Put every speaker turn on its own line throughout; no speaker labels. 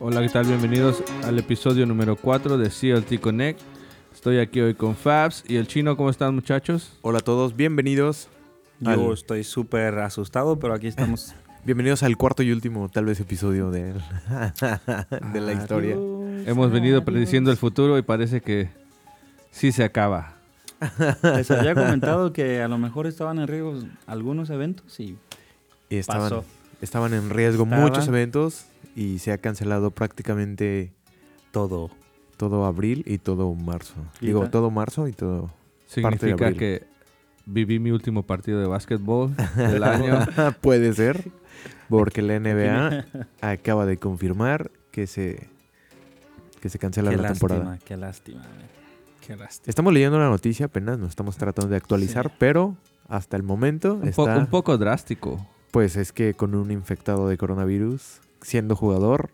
Hola, ¿qué tal? Bienvenidos al episodio número 4 de CLT Connect. Estoy aquí hoy con Fabs y el chino. ¿Cómo están, muchachos?
Hola a todos, bienvenidos.
Yo
al-
estoy súper asustado, pero aquí estamos.
bienvenidos al cuarto y último, tal vez, episodio de, de la historia.
Hemos venido prediciendo el futuro y parece que sí se acaba.
Les había comentado que a lo mejor estaban en riesgo algunos eventos y
Y estaban,
pasó.
estaban en riesgo
Estaban.
muchos eventos y se ha cancelado prácticamente
todo.
todo abril y todo marzo.
Y
Digo,
ta-
todo marzo y todo. Parte de
Significa
abril.
que viví mi último partido de básquetbol del año.
Puede ser, porque la NBA acaba de confirmar que se, que se cancela
qué
la
lástima,
temporada.
qué lástima. man. Qué lástima.
Estamos leyendo la noticia apenas, nos estamos tratando de actualizar, pero hasta el momento
Un,
está...
po- un poco drástico.
Pues es que con un infectado de coronavirus, siendo jugador,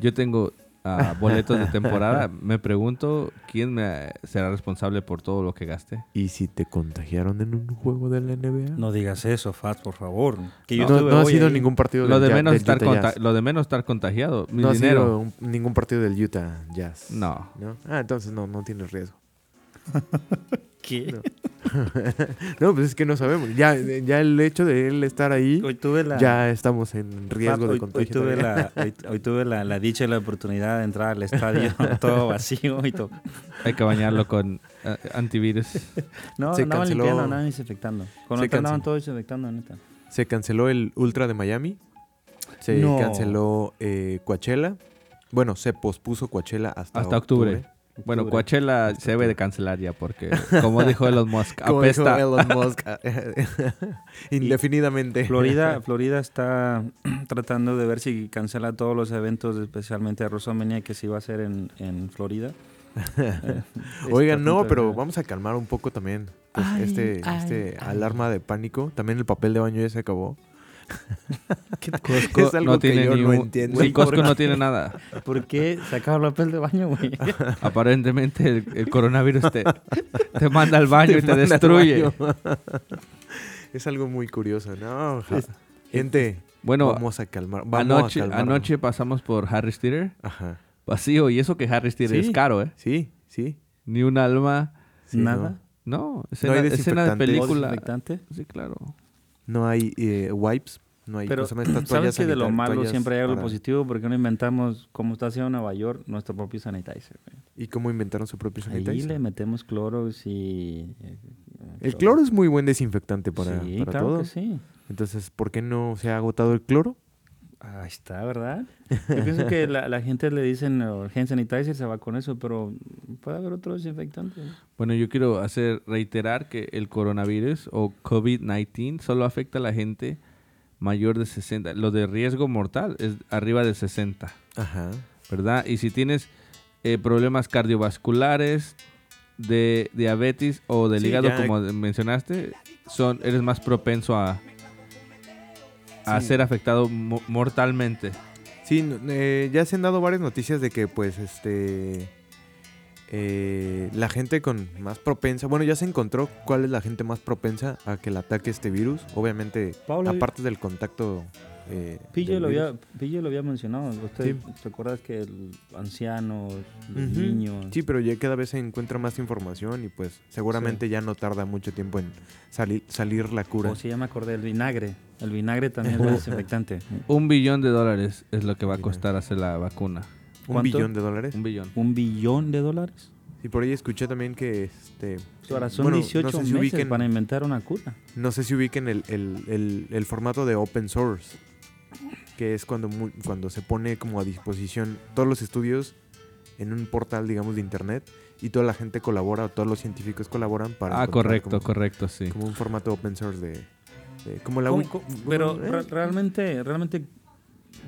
Yo tengo ah, boletos de temporada. Me pregunto quién me será responsable por todo lo que gasté.
¿y si te contagiaron en un juego de la NBA?
No digas eso, Fat, por favor. Que yo
No-
estuve
no ha
hoy
sido
ahí.
ningún partido
Lo de,
del Ya-
menos
del
estar
Utah
conta-
Jazz.
lo de menos estar contagiado. Mi
No ha sido
dinero.
un- ningún partido del Utah Jazz.
No.
¿No? Ah, entonces no, no tienes riesgo.
¿Qué?
No, pues es que no sabemos. Ya, ya el hecho de él estar ahí,
Hoy tuve la.
ya estamos en riesgo
Fat,
de
hoy, hoy
contagio.
tuve,
también.
la, hoy, hoy tuve la, la dicha y la oportunidad de entrar al estadio todo vacío y todo.
Hay que bañarlo con eh, antivirus.
No,
Se
andaban
canceló.
limpiando, andaban desinfectando. Con
Se
otra andaban
canceló.
todos desinfectando, neta.
Se canceló el Ultra de Miami. Se
No.
canceló eh, Coachella. Bueno, se pospuso Coachella hasta,
Hasta octubre. Bueno,
Octubre.
Coachella se debe de cancelar ya porque, como dijo Elon Musk,
Como dijo
apesta.
Elon Musk, ah, indefinidamente.
Florida, Florida está tratando de ver si cancela todos los eventos, especialmente a WrestleMania que se iba a hacer en, en Florida. Eh,
pues,
Oigan,
está
no,
tratando
pero
de-
vamos a calmar un poco también pues, este, este alarma de pánico. También el papel de baño ya se acabó.
Costco
Es algo
no
que
tiene
yo no
ningún-
entiendo.
Sí, Costco
Porque-
no tiene nada.
¿Por qué sacaron el papel de baño, güey?
Aparentemente el, el coronavirus te, te manda al baño y te
Manda al
destruye.
baño. es algo muy curioso, ¿no? ja- Gente,
Bueno,
vamos a calmar. Vamos
anoche,
a calmarnos.
anoche pasamos por Harris Theater
Ajá.
vacío y eso que Harris Theater
Sí.
es caro, ¿eh?
Sí, sí.
Ni un alma.
sí,
Nada.
No, escena,
hay
escena de
desinfectante.
película.
Desinfectante.
Sí, claro.
No, No hay eh, wipes. No hay.
Pero
¿cómo se llama? Estas
sabes
toallas
que de lo
sanitar-
malo
toallas
siempre hay algo
para-
positivo, porque no inventamos, como está haciendo Nueva York, nuestro propio sanitizer. güey.
¿Y cómo inventaron su propio
Ahí
sanitizer?
le metemos cloros y...
El cloro es muy buen desinfectante para,
sí,
para
claro
todo.
que sí.
Entonces, ¿por qué no se ha agotado el cloro?
Ahí está, ¿verdad? Yo pienso que la, la gente le dicen "Oh, hand sanitizer, se va con eso, pero puede haber otro desinfectante.
Bueno, yo quiero hacer reiterar que el coronavirus o COVID-19 solo afecta a la gente mayor de 60. Lo de riesgo mortal es arriba de 60,
Ajá.
¿verdad? Y si tienes eh, problemas cardiovasculares, de diabetes o del
Sí,
hígado,
ya-
como mencionaste, son eres más propenso a, a ser afectado mo- mortalmente.
Sí, n- eh, ya se han dado varias noticias de que, pues, este. eh, la gente con más propensa. Bueno, ya se encontró cuál es la gente más propensa a que le ataque este virus. Obviamente,
Pablo,
aparte del contacto. eh,
Pillo
del
lo,
virus.
había, Pillo lo había mencionado. ¿Usted recuerdas que el- ancianos, los
Ujú.
niños...
Sí, pero ya cada vez se encuentra más información y, pues, seguramente ya no tarda mucho tiempo en salir, salir la cura.
O si ya me acordé, el vinagre. El vinagre también es buen desinfectante.
Un billón de dólares es lo que va a
Mira.
costar hacer la vacuna.
Un
¿Cuánto?
billón de dólares.
Un billón.
¿Un billón de dólares?
Y por ahí escuché también que este.
Ahora son
bueno,
18
no sé si
meses em-
ubiquen-
para inventar una cura.
No sé si ubiquen el, el- el- el formato de open source, que es cuando, mu- cuando se pone como a disposición todos los estudios en un portal, digamos, de internet y toda la gente colabora o todos los científicos colaboran para...
Ah,
encontrar
correcto,
como,
correcto, sí.
Como un formato open source de... de- como la...
¿Cómo-
uni-
cómo-
como-
pero
eh,
re- realmente, realmente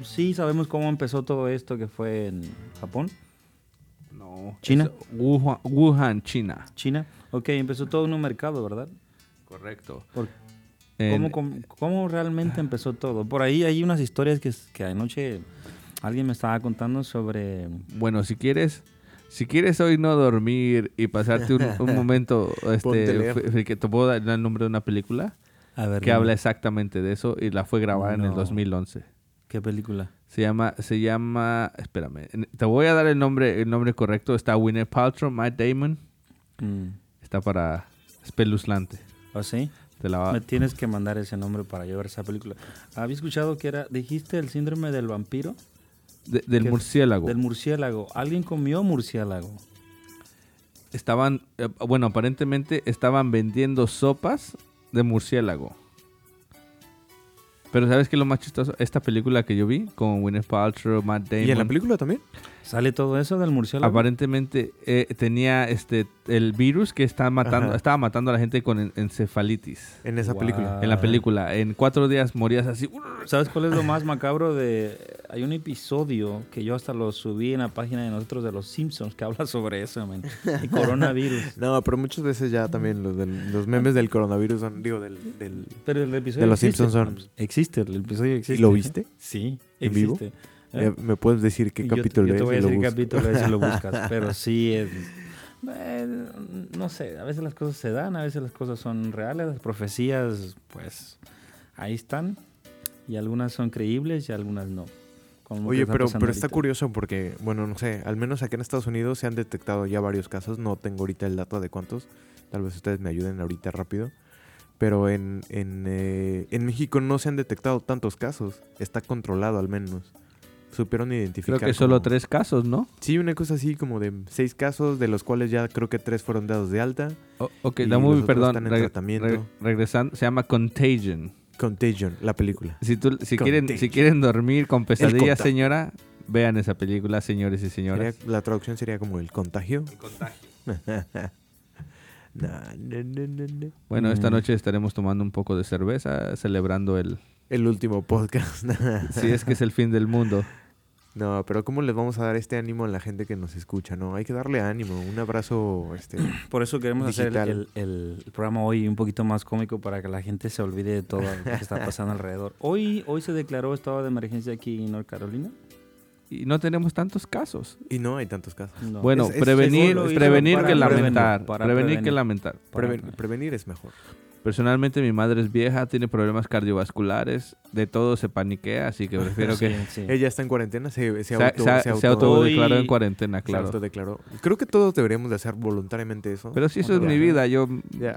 sí sabemos cómo empezó todo esto que fue en Japón.
No.
¿China?
es Wuhan, Wuhan, China.
China. Ok, empezó todo en un mercado, ¿verdad?
Correcto.
Por-
Eh,
¿Cómo, com- cómo realmente empezó todo? Por ahí hay unas historias que, que anoche alguien me estaba contando sobre...
bueno, si quieres, si quieres hoy no dormir y pasarte un, un momento,
Ponte a
este,
leer.
fue- fue que te puedo dar el nombre de una película
A ver,
que habla exactamente de eso y la fue grabada en el
No.
2011.
¿Qué película?
Se llama, se llama, espérame, en- te voy a dar el nombre, el nombre correcto. Está Winnie Paltrow, Matt Damon.
Mm.
Está para espeluznante.
¿O sí?
Te la va-
Me tienes que mandar ese nombre para yo ver esa película. Había escuchado que era, dijiste el síndrome del vampiro,
de- del
¿Qué?
murciélago.
del murciélago. ¿Alguien comió murciélago?
Estaban, eh, bueno, aparentemente estaban vendiendo sopas de murciélago. Pero ¿sabes qué es lo más chistoso? Esta película que yo vi con Gwyneth Paltrow, Matt Damon.
¿Y en la película también?
¿Sale todo eso del murciélago?
Aparentemente eh, tenía este el virus que está matando,
Ajá.
estaba matando a la gente con en- encefalitis.
En esa
Wow.
película.
En la película, en cuatro días morías así.
¿Sabes cuál es lo más macabro de...? Hay un episodio que yo hasta lo subí en la página de nosotros de Los Simpsons que habla sobre eso, man. Y coronavirus.
No, pero muchas veces ya también los, del- los memes del coronavirus son, digo, del... del-
Pero el episodio
De Los
existe.
Simpsons son-
Ah, pues, Existe, el episodio existe.
¿Lo viste?
Sí,
¿En vivo?
existe.
eh, ¿Me puedes decir qué
Yo te-
capítulo
yo,
es?
te voy a
Y lo
decir qué
busco.
capítulo es si lo buscas, pero sí es... eh, no sé, a veces las cosas se dan, a veces las cosas son reales, las profecías, pues, ahí están. Y algunas son creíbles y algunas no. Como que
Oye,
está
pero,
pasando
pero está
ahorita.
curioso porque, bueno, no sé, al menos aquí en Estados Unidos se han detectado ya varios casos, no tengo ahorita el dato de cuántos, tal vez ustedes me ayuden ahorita rápido, pero en, en, eh, en México no se han detectado tantos casos, está controlado al menos, supieron identificar.
Creo que solo
como-
tres casos, ¿no?
Sí, una cosa así como de seis casos, de los cuales ya creo que tres fueron dados de alta.
O- ok,
Y
la
los
movie,
otros
perdón.
están en tratamiento.
regresando, se llama Contagion.
Contagion, la película.
Si, tú- si, quieren, si
Contagion.
quieren dormir con pesadillas,
contagio.
señora, vean esa película, señores y
Sería-
señoras.
la traducción sería como el contagio. El contagio.
Bueno, esta
Mm.
noche estaremos tomando un poco de cerveza, celebrando el...
El último podcast.
Si es que es el fin del mundo.
No, pero ¿cómo les vamos a dar este ánimo a la gente que nos escucha? No, hay que darle ánimo. Un abrazo, este.
Por eso queremos hacer el,
Digital.
el- el programa hoy un poquito más cómico para que la gente se olvide de todo lo que está pasando alrededor. Hoy, hoy se declaró estado de emergencia aquí en North Carolina.
Y no tenemos tantos casos.
Y no hay tantos casos.
No.
Bueno,
Es- es-
prevenir,
es- lo hizo
prevenir
para
que
prevenir,
lamentar.
para
prevenir que
prevenir.
lamentar.
Para-
Preven- prevenir es mejor.
Personalmente mi madre es vieja, tiene problemas cardiovasculares, de todo se paniquea, así que prefiero que...
Sí, sí.
Ella está en cuarentena, se, se
Se,
auto,
se-
se
se
auto-
autodeclaró
Hoy-
en cuarentena,
se
claro.
autodeclaró. Creo que todos deberíamos de hacer voluntariamente eso.
Pero si eso es
Ya.
mi vida, yo
Ya.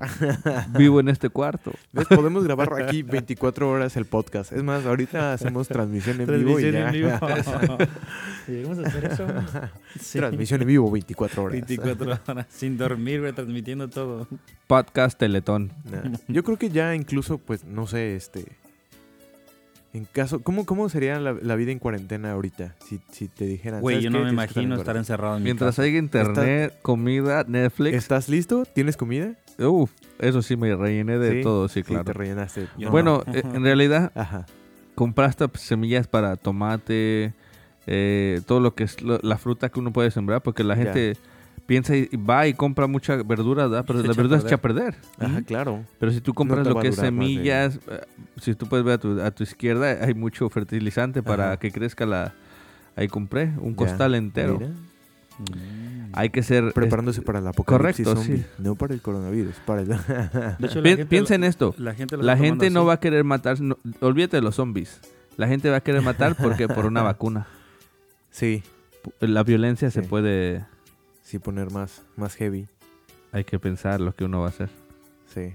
vivo en este cuarto.
¿Ves? Podemos grabar aquí 24 horas el podcast. Es más, ahorita hacemos transmisión en vivo. y
Transmisión en
ya.
vivo. Deberíamos hacer eso. Sí.
Transmisión en vivo 24 horas.
24 horas sin dormir, güey, transmitiendo
Ah,
todo.
Podcast Teletón.
Nah. Yo creo que ya incluso, pues, no sé, este. En caso, ¿cómo, cómo sería la, la vida en cuarentena ahorita? Si, si te dijeran.
Güey,
"¿Sabes qué?
yo no me
Tienes que
imagino
estar
estar
en
encerrado en mi
Mientras
casa.
haya internet, comida,
cuarentena".
Netflix,
¿Estás listo? ¿Tienes comida?
uf, eso sí me rellené de
Sí,
todo, sí,
Sí,
claro.
te rellenaste.
Yo
No.
bueno, eh, en realidad
Ajá.
compraste semillas para tomate, eh, todo lo que es lo- la fruta que uno puede sembrar, porque la
Ya.
gente piensa y y va y compra mucha verdura, ¿verdad? pero
se
la
echa a
verdura se echa a
perder.
perder.
Ajá,
Ujú.
claro.
Pero si tú compras
te
lo
va a
que es
durar más de-
semillas, eh, si tú puedes ver a tu, a tu izquierda, hay mucho fertilizante para
Ajá.
que crezca la... Ahí compré un
Ya,
costal entero.
mira.
Mm.
Hay que ser...
Preparándose para el apocalipsis
correcto,
zombie.
sí.
No para el coronavirus, para el...
De
este,
hecho, la
pi-
gente lo-
piensa en esto.
La gente, lo
La
está tomando
gente no
así.
va a querer matar, no- olvídate de los zombies. La gente va a querer matar porque por una vacuna.
sí,
La violencia se
Sí.
puede,
sí poner más, más heavy.
hay que pensar lo que uno va a hacer.
Sí.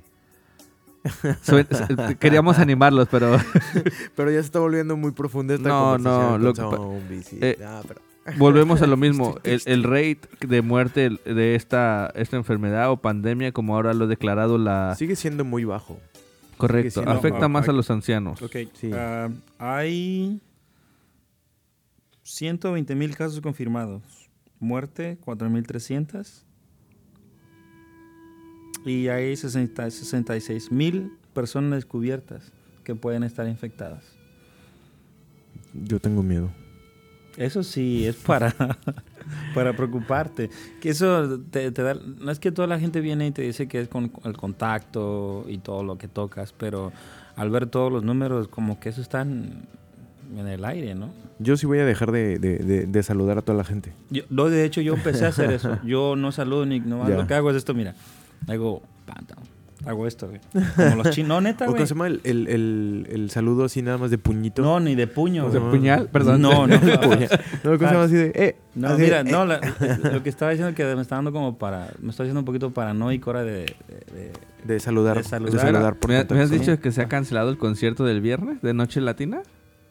Sue- se- Queríamos animarlos, pero
Pero ya se está volviendo muy profunda esta
No,
conversación
no,
con
lo que pa-
zombies y-
eh,
Ah, pero-
volvemos a lo mismo. El, el rate de muerte de esta, esta enfermedad o pandemia, como ahora lo ha declarado la...
Sigue siendo muy bajo.
correcto,
siendo-
afecta
Ah,
más a
ok.
los ancianos.
Ok,
Sí.
ah, hay 120 mil casos confirmados, muerte 4.300 y hay 60 66 mil personas descubiertas que pueden estar infectadas.
Yo tengo miedo.
Eso sí, es para, para preocuparte. Que eso te, te da... No es que toda la gente viene y te dice que es con el contacto y todo lo que tocas, pero al ver todos los números, como que eso está en, en el aire, ¿no?
Yo sí voy a dejar de, de- de- de saludar a toda la gente.
Yo, no, de hecho, yo empecé a hacer eso. Yo no saludo ni... Nomás
Ya.
lo que hago es esto, mira. Hago... pam, tam, Hago esto, güey. Como los chinos,
¿O
neta, güey.
cómo se llama el, el- el- el saludo así nada más de puñito?
No, ni de puño,
¿De
güey.
puñal? Perdón.
No, no. Ah,
Puña- No, ¿cómo se llama así de, eh?
No,
así de,
mira,
eh.
no, la- lo que estaba diciendo que me está dando como para... Me está haciendo un poquito paranoico ahora de... de- de-
De saludar.
De
De
saludar.
saludar. por
¿Me, me has
contacto.
dicho que se ha cancelado el concierto del viernes de Noche Latina?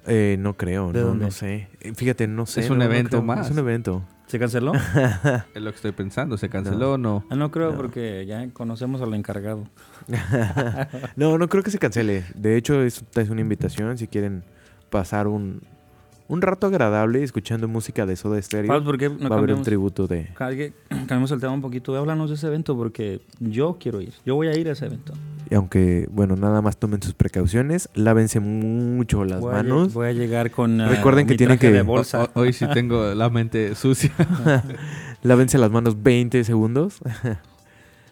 Eh, no creo,
¿De
no,
dónde?
no sé. Eh, Fíjate, no sé.
Es un
no, no
evento
creo.
más.
Es un evento.
¿Se canceló?
Es lo que estoy pensando. ¿Se canceló o no?
Ah, no creo
No.
porque ya conocemos al encargado.
no, no creo que se cancele. De hecho, es, es una invitación si quieren pasar un, un rato agradable escuchando música de Soda Stereo.
Pablo, ¿por qué no
va a haber un
cambiamos?
tributo de...
Cargue- Cambiamos el tema un poquito. Háblanos de ese evento porque yo quiero ir. Yo voy a ir a ese evento.
y aunque, bueno, nada más tomen sus precauciones, lávense mucho las
voy A, lle-
manos.
voy a llegar con. ah,
Recuerden que
mi
tienen
traje
que-
De
Ho-
bolsa.
ho- Hoy sí tengo la mente sucia.
Lávense las manos 20 segundos.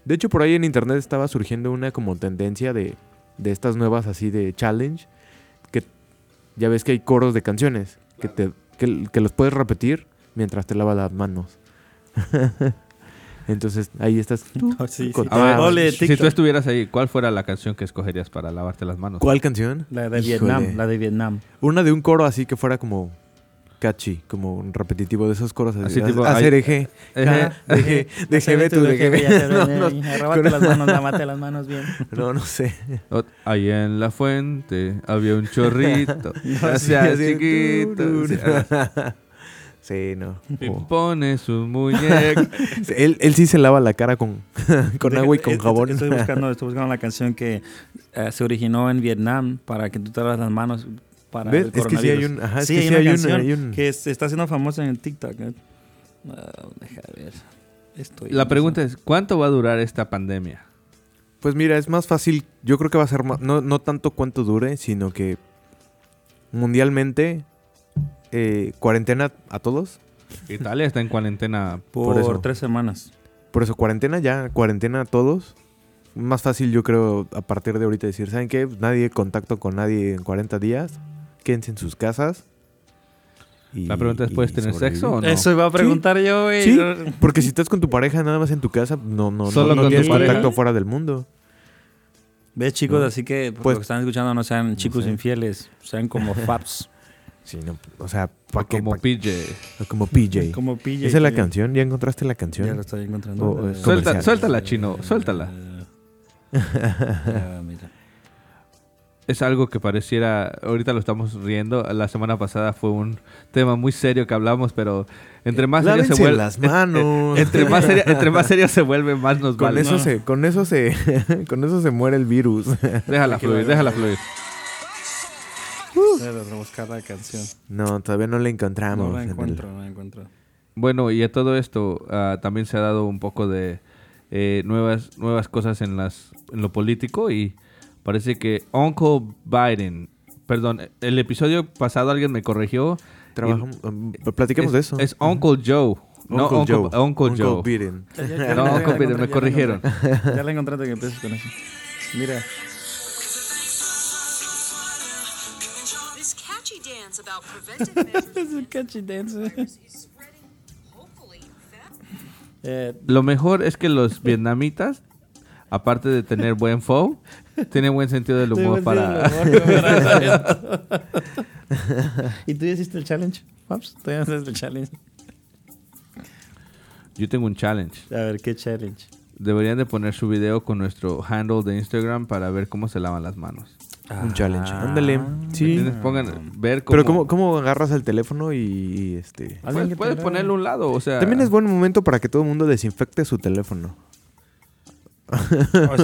De hecho, por ahí en internet estaba surgiendo una como tendencia de, de estas nuevas así de challenge. Que ya ves que hay coros de canciones que, te, que, que los puedes repetir mientras te lavas las manos. Entonces ahí estás tú.
Sí, sí.
con-
A ver,
Ah,
Ole,
si
TikTok.
tú estuvieras ahí, ¿cuál fuera la canción que escogerías para lavarte las manos?
¿Cuál canción?
La de
Híjole.
Vietnam. La de Vietnam.
Una de un coro así que fuera como catchy, como un repetitivo de "Ah, E esos coros así. eh,
Así tipo, ay-
hacer eje.
Ajá.
Deje, déjeme tú, déjeme. No, no,
eh, Arrábate las manos, lávate las manos bien.
no, no sé.
O- Ahí en la fuente había un chorrito.
Así,
Gracias,
así,
chiquito.
tú, tú,
Sí, a-
tú. Sí, no. Oh.
Me pones un muñeco.
Sí, Él, él sí se lava la cara con, con agua y con
Estoy-
jabón.
eh, Estoy buscando, estoy buscando la canción que eh, se originó en Vietnam para que tú te lavas las manos para
¿Ves?
el
Es que sí hay
coronavirus.
un. Ajá, es
Sí,
que
hay
sí
una
hay un-
canción
hay un-
que se está haciendo famosa en el TikTok. ¿eh? Ah, deja ver. Estoy
La pregunta es, ¿cuánto va a durar esta pandemia?
Pues mira, es más fácil. Yo creo que va a ser más. No, no tanto cuánto dure, sino que mundialmente. eh, cuarentena a todos.
Italia está en cuarentena.
por,
por eso.
tres semanas.
Por eso, cuarentena ya, cuarentena a todos. Más fácil, yo creo, a partir de ahorita decir, ¿saben qué? Nadie contacto con nadie en 40 días. Quédense en sus casas. y-
La pregunta es,
y
¿puedes tener sexo o no?
sobrevivir.
Eso iba a preguntar yo, güey.
Sí, porque si estás con tu pareja nada más en tu casa, no, no, no-
Solo
no,
con tu
tienes
pareja.
contacto fuera del mundo.
¿Ves, chicos?
No.
Así que, por
Pues-
lo que están escuchando, no sean chicos
sé.
infieles, sean como faps.
Sí, no, o sea,
O
pa' qué,
Como
pa'
PJ.
qué- como PJ.
como PJ.
Esa es la
que-
canción, ¿ya encontraste la
Ya lo
canción?
estoy encontrando.
Oh,
Eh,
es
Suelta-
comercial.
suéltala, Chino, suéltala.
Ah, mira.
Es algo que pareciera, ahorita lo estamos riendo, la semana pasada fue un tema muy serio que hablamos, pero entre más serio se
Lávense
vuelve...
las manos.
Entre más, seria, entre más serio se vuelve, más nos
Con
vale.
eso se, con eso se, con eso se muere el virus.
Déjala fluir, déjala fluir.
Era la rebuscada canción.
No, todavía Ah, no la encontramos.
No la
en el-
encuentro, no la encuentro.
Bueno, y a todo esto ah, también se ha dado un poco de eh, nuevas, nuevas cosas en, las, en lo político y parece que Uncle Biden, perdón, el episodio pasado alguien me corrigió.
Trabajamos, um, platiquemos
Eh, es,
de eso.
Es Uncle Joe. No, Uncle, Uncle Joe.
Biden.
No, Uncle Peter, me corrigieron.
Ya la encontré antes que empieces con eso. Mira,
This catchy dance about preventive measures
es un catchy dance.
is spreading, hopefully, fast.
Eh,
Lo mejor es que los vietnamitas, aparte de tener buen flow, tienen buen sentido del humor
estoy
para...
metiendo el humor para- ¿Y tú ya hiciste el challenge? Paps, tú ya hiciste el challenge.
Yo tengo un challenge.
A ver, ¿qué challenge?
Deberían de poner su video con nuestro handle de Instagram para ver cómo se lavan las manos.
Un challenge. Ándale.
¿Me
Sí.
entiendes?
Ah.
Pongan, ver cómo...
Pero ¿cómo, cómo agarras el teléfono y, y este...
Pues, puedes ponerlo a un lado, o sea...
También es buen momento para que todo el mundo desinfecte su teléfono.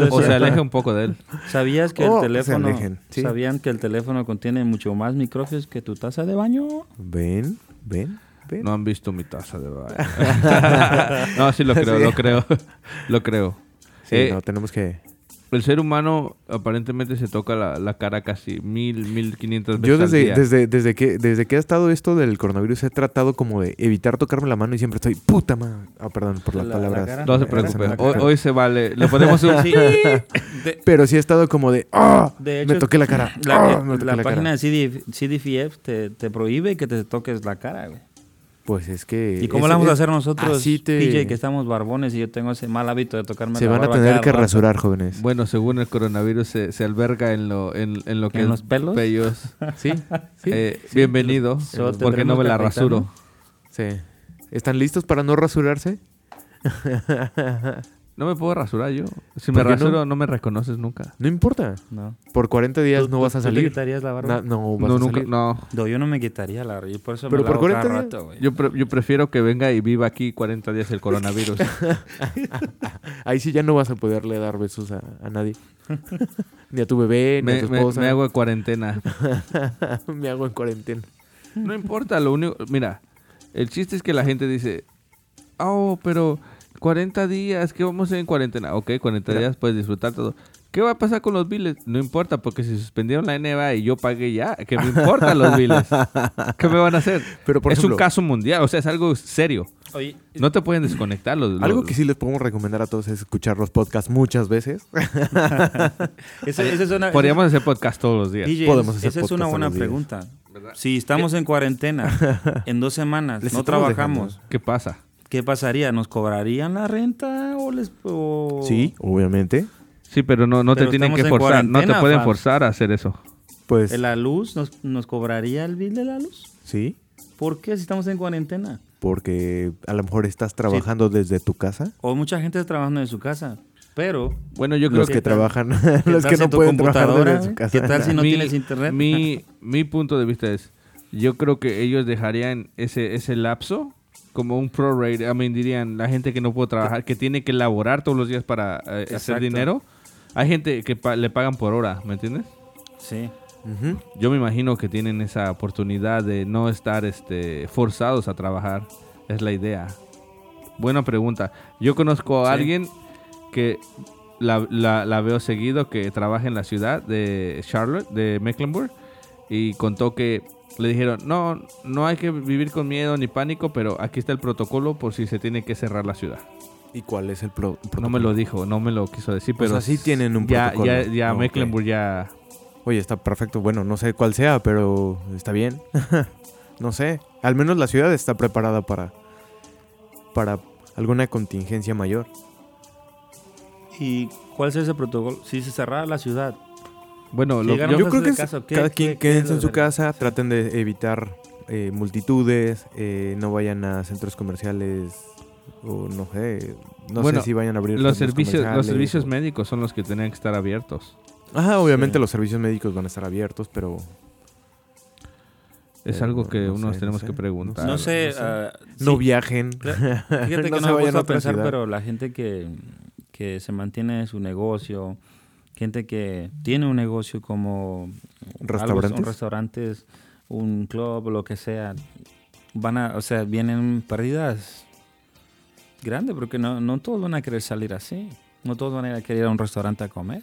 O se aleja un poco de él.
¿Sabías que
Oh,
el
se
teléfono...
alejen, sí.
¿Sabían que el teléfono contiene mucho más microfios que tu taza de baño?
Ven, ven, ven.
No han visto mi taza de baño. no, sí lo creo,
Sí.
lo creo. lo creo.
Sí,
Eh,
no, tenemos que...
El ser humano aparentemente se toca la, la cara casi mil, mil quinientas veces
Yo
al
desde,
día.
desde, desde, que, desde que ha estado esto del coronavirus he tratado como de evitar tocarme la mano y siempre estoy... Puta madre. Ah, perdón por las
La- la
palabras.
cara.
No se
Gracias,
preocupen,
gracias.
hoy, hoy se vale. Le ponemos un...
De,
Pero sí he estado como de... ¡Ah!
De
me
hecho,
toqué la cara.
la,
¡Ah! me toqué
la
la cara.
página de CD, CDFF te, te prohíbe que te toques la cara, güey.
Pues es que...
¿Y cómo
es-
lo vamos a
es-
hacer nosotros,
así te-
PJ, que estamos barbones y yo tengo ese mal hábito de tocarme
Se
la
van a
barba
tener
cada
que
rato?
rasurar, jóvenes.
Bueno, según el coronavirus se, se alberga en lo, en, en lo que
¿En
es
los pelos?
vellos.
Sí, sí,
Eh, bienvenido,
Solo
porque no
tendremos
me
que
la
afeitarnos.
rasuro.
sí. ¿Están listos para no rasurarse?
No me puedo rasurar yo. Si
¿Por
me
qué no?
rasuro, no? me reconoces nunca.
No importa.
No.
Por 40 días no vas a
¿Tú te
salir.
quitarías la barba?
Na- no, vas
No,
a
nunca,
salir.
no.
No, yo no me quitaría la barba. Yo por eso
Pero
me
por
la hago cada
40 días.
rato, güey.
Yo, pre- yo prefiero que venga y viva aquí 40 días el coronavirus.
Ahí sí ya no vas a poderle dar besos a, a nadie. ni a tu bebé, ni a
me,
tu
me-
esposa.
me hago de cuarentena.
Me hago en cuarentena.
No importa, lo único... Mira, el chiste es que la gente dice, oh, pero 40 días, ¿qué vamos a hacer en cuarentena? Ok, 40
Mira.
días, puedes disfrutar todo. ¿Qué va a pasar con los biles? No importa, porque si suspendieron la NBA y yo pagué ya, ¿qué me importan los biles? ¿Qué me van a hacer?
Pero, por
es
ejemplo-
un caso mundial, o sea, es algo serio.
Oye,
No te pueden desconectar los...
Algo
los-
que sí les podemos recomendar a todos es escuchar los podcasts muchas veces.
esa, esa es una,
Podríamos hacer podcast todos los días.
PJ,
Podemos hacer
esa es una
podcast
buena
todos los días.
pregunta. Si estamos en cuarentena, en dos semanas,
Les
no
estamos
trabajamos,
¿Qué pasa?
¿qué pasaría? ¿Nos cobrarían la renta o les o-
Sí, obviamente.
Sí, pero no, no
Pero
te tienen
estamos
que
en
forzar, no te
cuarentena,
pueden
Fabs.
forzar a hacer eso.
Pues
¿La luz? ¿Nos, ¿Nos cobraría el bill de la luz?
sí,
¿Por qué si estamos en cuarentena?
porque a lo mejor estás trabajando desde tu casa.
O mucha gente está trabajando en su casa, pero
Bueno, yo creo
los
que
que,
¿Qué tal-
trabajan,
¿Qué
los
tal
que
si
no
tu
pueden trabajar
computadora,
desde su
eh?
casa.
¿Qué tal si no tienes internet?
Mi, mi punto de vista es, yo creo que ellos dejarían ese, ese lapso como un prorate. I mean, dirían, la gente que no puede trabajar, que tiene que laborar todos los días para eh, hacer
Exacto.
dinero. Hay gente que pa- le pagan por hora, ¿me entiendes?
sí.
Ujú.
Yo me imagino que tienen esa oportunidad de no estar este, forzados a trabajar. Es la idea. Buena pregunta. Yo conozco a
Sí.
alguien que la, la- la veo seguido, que trabaja en la ciudad de Charlotte, de Mecklenburg, y contó que le dijeron, no, no hay que vivir con miedo ni pánico, pero aquí está el protocolo por si se tiene que cerrar la ciudad.
¿Y cuál es el pro-
No
protocolo?
me lo dijo, no me lo quiso decir,
O
pero...
sea, sí tienen un
ya,
protocolo.
ya, ya
Ok.
Mecklenburg ya...
Oye, está perfecto. Bueno, no sé cuál sea, pero está bien. no sé. Al menos la ciudad está preparada para, para alguna contingencia mayor.
¿Y cuál es ese protocolo? Si se cerrara la ciudad,
Bueno,
Sí,
lo-
llegaron
yo-
Yo creo que
hacer
es-
caso. ¿Qué-
cada
qué-
quien
qué es
quédense
lo
en su
de-
casa, traten de evitar eh, multitudes, eh, no vayan a centros comerciales o no sé, no
Bueno,
sé si vayan a abrir
los
centros
servicios, los
comerciales
servicios
o-
médicos son los que tenían que estar abiertos.
Ajá, obviamente
Sí.
los servicios médicos van a estar abiertos, pero
Es
Eh,
algo
no-
que
no
uno nos
sé, no
tenemos
sé,
que
no sé.
preguntar.
no sé,
no sé.
ah, sí,
no viajen.
Claro, Fíjate que
No
no,
se
me
vayan
gusta
a otra
pensar,
ciudad.
pero la gente que, que se mantiene en su negocio, gente que tiene un negocio como
¿Restaurantes?
un restaurantes, un club, lo que sea, van a, o sea, vienen pérdidas grandes porque no, no todos van a querer salir así, no todos van a ir a querer ir a un restaurante a comer.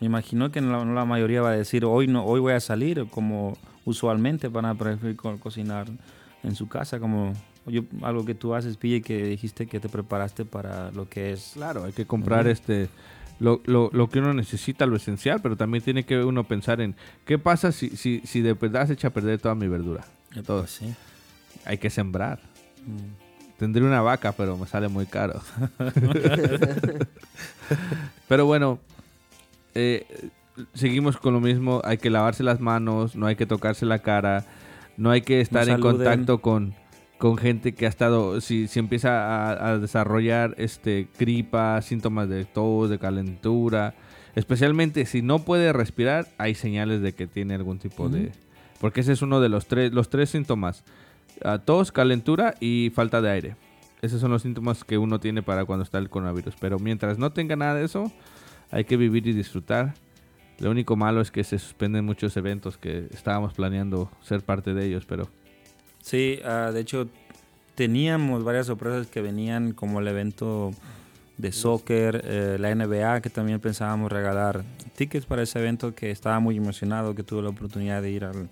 Me imagino que la, la mayoría va a decir hoy no, hoy voy a salir como usualmente van a preferir co- cocinar en su casa como yo- algo que tú haces, Pille, que dijiste que te preparaste para lo que es.
Claro, hay que comprar
Ujú.
este lo, lo- lo que uno necesita, lo esencial, pero también tiene que uno pensar en qué pasa si, si, si de verdad se echa a perder toda mi verdura. Todo.
Sí.
Hay que sembrar. Tendré una vaca, pero me sale muy caro. pero bueno, eh, seguimos con lo mismo. Hay que lavarse las manos, no hay que tocarse la cara, no hay que estar en
saluden.
contacto con, con gente que ha estado, si, si empieza a, a desarrollar este gripa, síntomas de tos, de calentura, especialmente si no puede respirar, hay señales de que tiene algún tipo de... Porque ese es uno de los tres, los tres síntomas. Ah, tos, calentura y falta de aire. Esos son los síntomas que uno tiene para cuando está el coronavirus. Pero mientras no tenga nada de eso, hay que vivir y disfrutar. Lo único malo es que se suspenden muchos eventos que estábamos planeando ser parte de ellos, pero
Sí, ah, de hecho teníamos varias sorpresas que venían como el evento de soccer, eh, la NBA, que también pensábamos regalar tickets para ese evento que estaba muy emocionado, que tuve la oportunidad de ir al,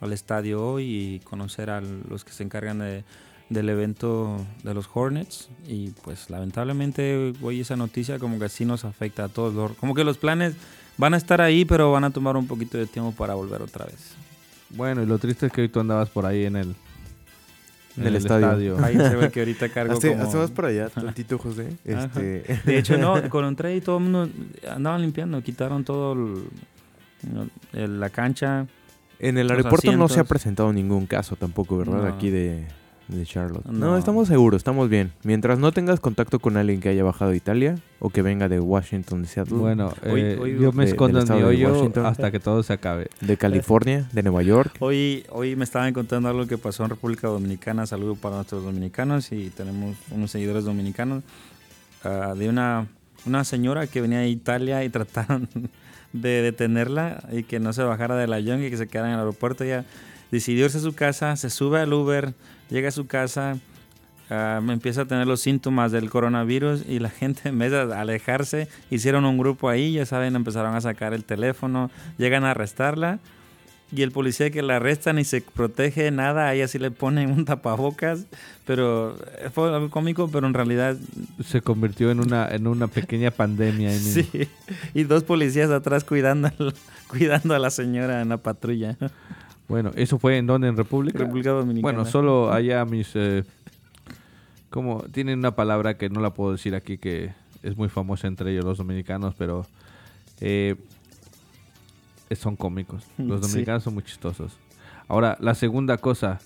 al estadio hoy y conocer a los que se encargan de- del evento de los Hornets. Y pues lamentablemente hoy esa noticia como que sí nos afecta a todos. los- Como que los planes van a estar ahí, pero van a tomar un poquito de tiempo para volver otra vez.
bueno, y lo triste es que hoy tú andabas por ahí en el
En el estadio.
Ahí se ve que ahorita cargo
Hazte,
como-
hazte más para allá, tantito, José.
Ajá.
Este,
De hecho, no, cuando entré y todo el mundo andaba limpiando, quitaron todo el- el- la cancha.
en el
Los
aeropuerto no se ha
asientos.
presentado ningún caso tampoco, ¿verdad?
No.
Aquí de, de Charlotte. No.
No.
estamos seguros, estamos bien. Mientras no tengas contacto con alguien que haya bajado de Italia o que venga de Washington, de Seattle,
Bueno,
Hoy-
eh,
hoy
yo me
de-
escondo
del
en mi
estado de
hoyo
Washington.
hasta que todo se acabe.
de California, de Nueva York.
Hoy, hoy me estaban contando algo que pasó en República Dominicana. Saludo para nuestros dominicanos y tenemos unos seguidores dominicanos. ah, de una, una señora que venía de Italia y trataron de detenerla y que no se bajara del avión y que se quedara en el aeropuerto. Ella decidió irse a su casa, se sube al Uber, llega a su casa, ah, empieza a tener los síntomas del coronavirus y la gente en vez de alejarse, hicieron un grupo ahí, ya saben, empezaron a sacar el teléfono, llegan a arrestarla y el policía que la arresta ni se protege de nada, ahí así le ponen un tapabocas, pero eh, fue algo cómico, pero en realidad
Se convirtió en una, en una pequeña pandemia. ahí mismo.
sí. Y dos policías atrás cuidando a la, cuidando a la señora en la patrulla.
Bueno, ¿eso fue en donde? ¿En República?
República Dominicana.
Bueno, solo allá mis... eh, como tienen una palabra que no la puedo decir aquí, que es muy famosa entre ellos los dominicanos, pero eh, son cómicos. Los
Sí.
dominicanos son muy chistosos. Ahora, la segunda cosa,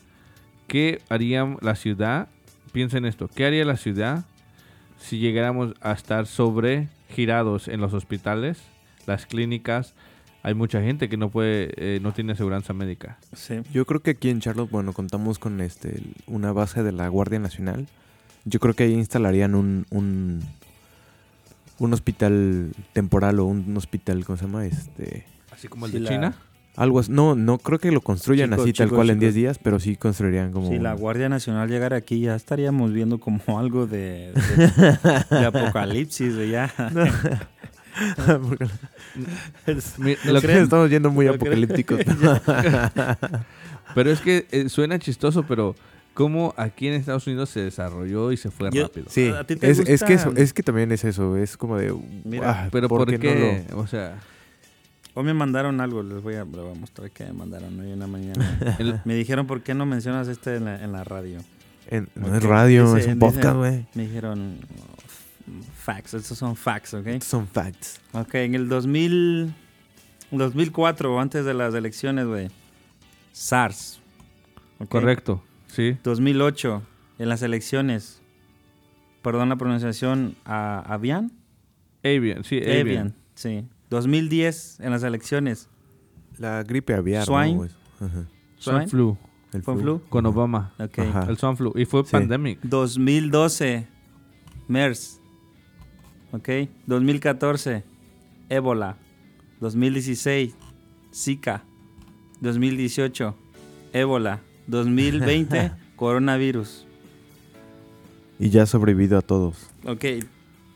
¿qué haría la ciudad? Piensen esto, ¿qué haría la ciudad si llegáramos a estar sobregirados en los hospitales, las clínicas? Hay mucha gente que no puede, eh, no tiene aseguranza médica.
Sí.
Yo creo que aquí en Charlotte, bueno, contamos con este el- una base de la Guardia Nacional. Yo creo que ahí instalarían un, un, un hospital temporal o un, un hospital, ¿cómo se llama? Este,
Así como
el Sí, de la- China.
algo así. No, no creo que lo construyan
Chico,
así tal
chico,
cual en
chico.
10 días, pero sí construirían como...
Si
un-
la Guardia Nacional llegara aquí, ya estaríamos viendo como algo de, de- de apocalipsis, de ya.
Porque
¿No creen?
estamos yendo muy
¿No creen?
apocalípticos.
pero es que eh, suena chistoso, pero como aquí en Estados Unidos se desarrolló y se fue
Yo-
rápido.
sí,
¿A ti te
es, es que eso-
gustan?
es que también es eso, es como de...
Mira,
ah,
Pero ¿por,
no
qué?
lo-
O sea,
Hoy me mandaron algo, les voy a, les voy a mostrar que me mandaron hoy en la mañana.
el-
Me dijeron, ¿por qué no mencionas este en la, en la radio?
en- no
Porque
es radio,
dice-
es un
dice-
podcast, güey.
Me dijeron, oh, f- facts, estos son facts, ¿ok?
Son facts.
Ok, en el 2000, 2004, antes de las elecciones, güey. SARS. ok.
correcto, eh, sí.
2008, en las elecciones. Perdón la pronunciación, a ¿Avian?
Avian, sí, Avian.
Avian, sí. 2010, en las elecciones.
La gripe aviar.
Swine.
güey? Ajá.
Swan
Swine.
flu,
El
¿Con flu?
con Obama.
Ok.
Ajá.
El Swan flu. Y fue
Sí.
pandemic.
2012, MERS. Ok. 2014, Ébola. 2016, Zika. 2018, Ébola. 2020, coronavirus.
Y ya ha sobrevivido a todos.
Ok.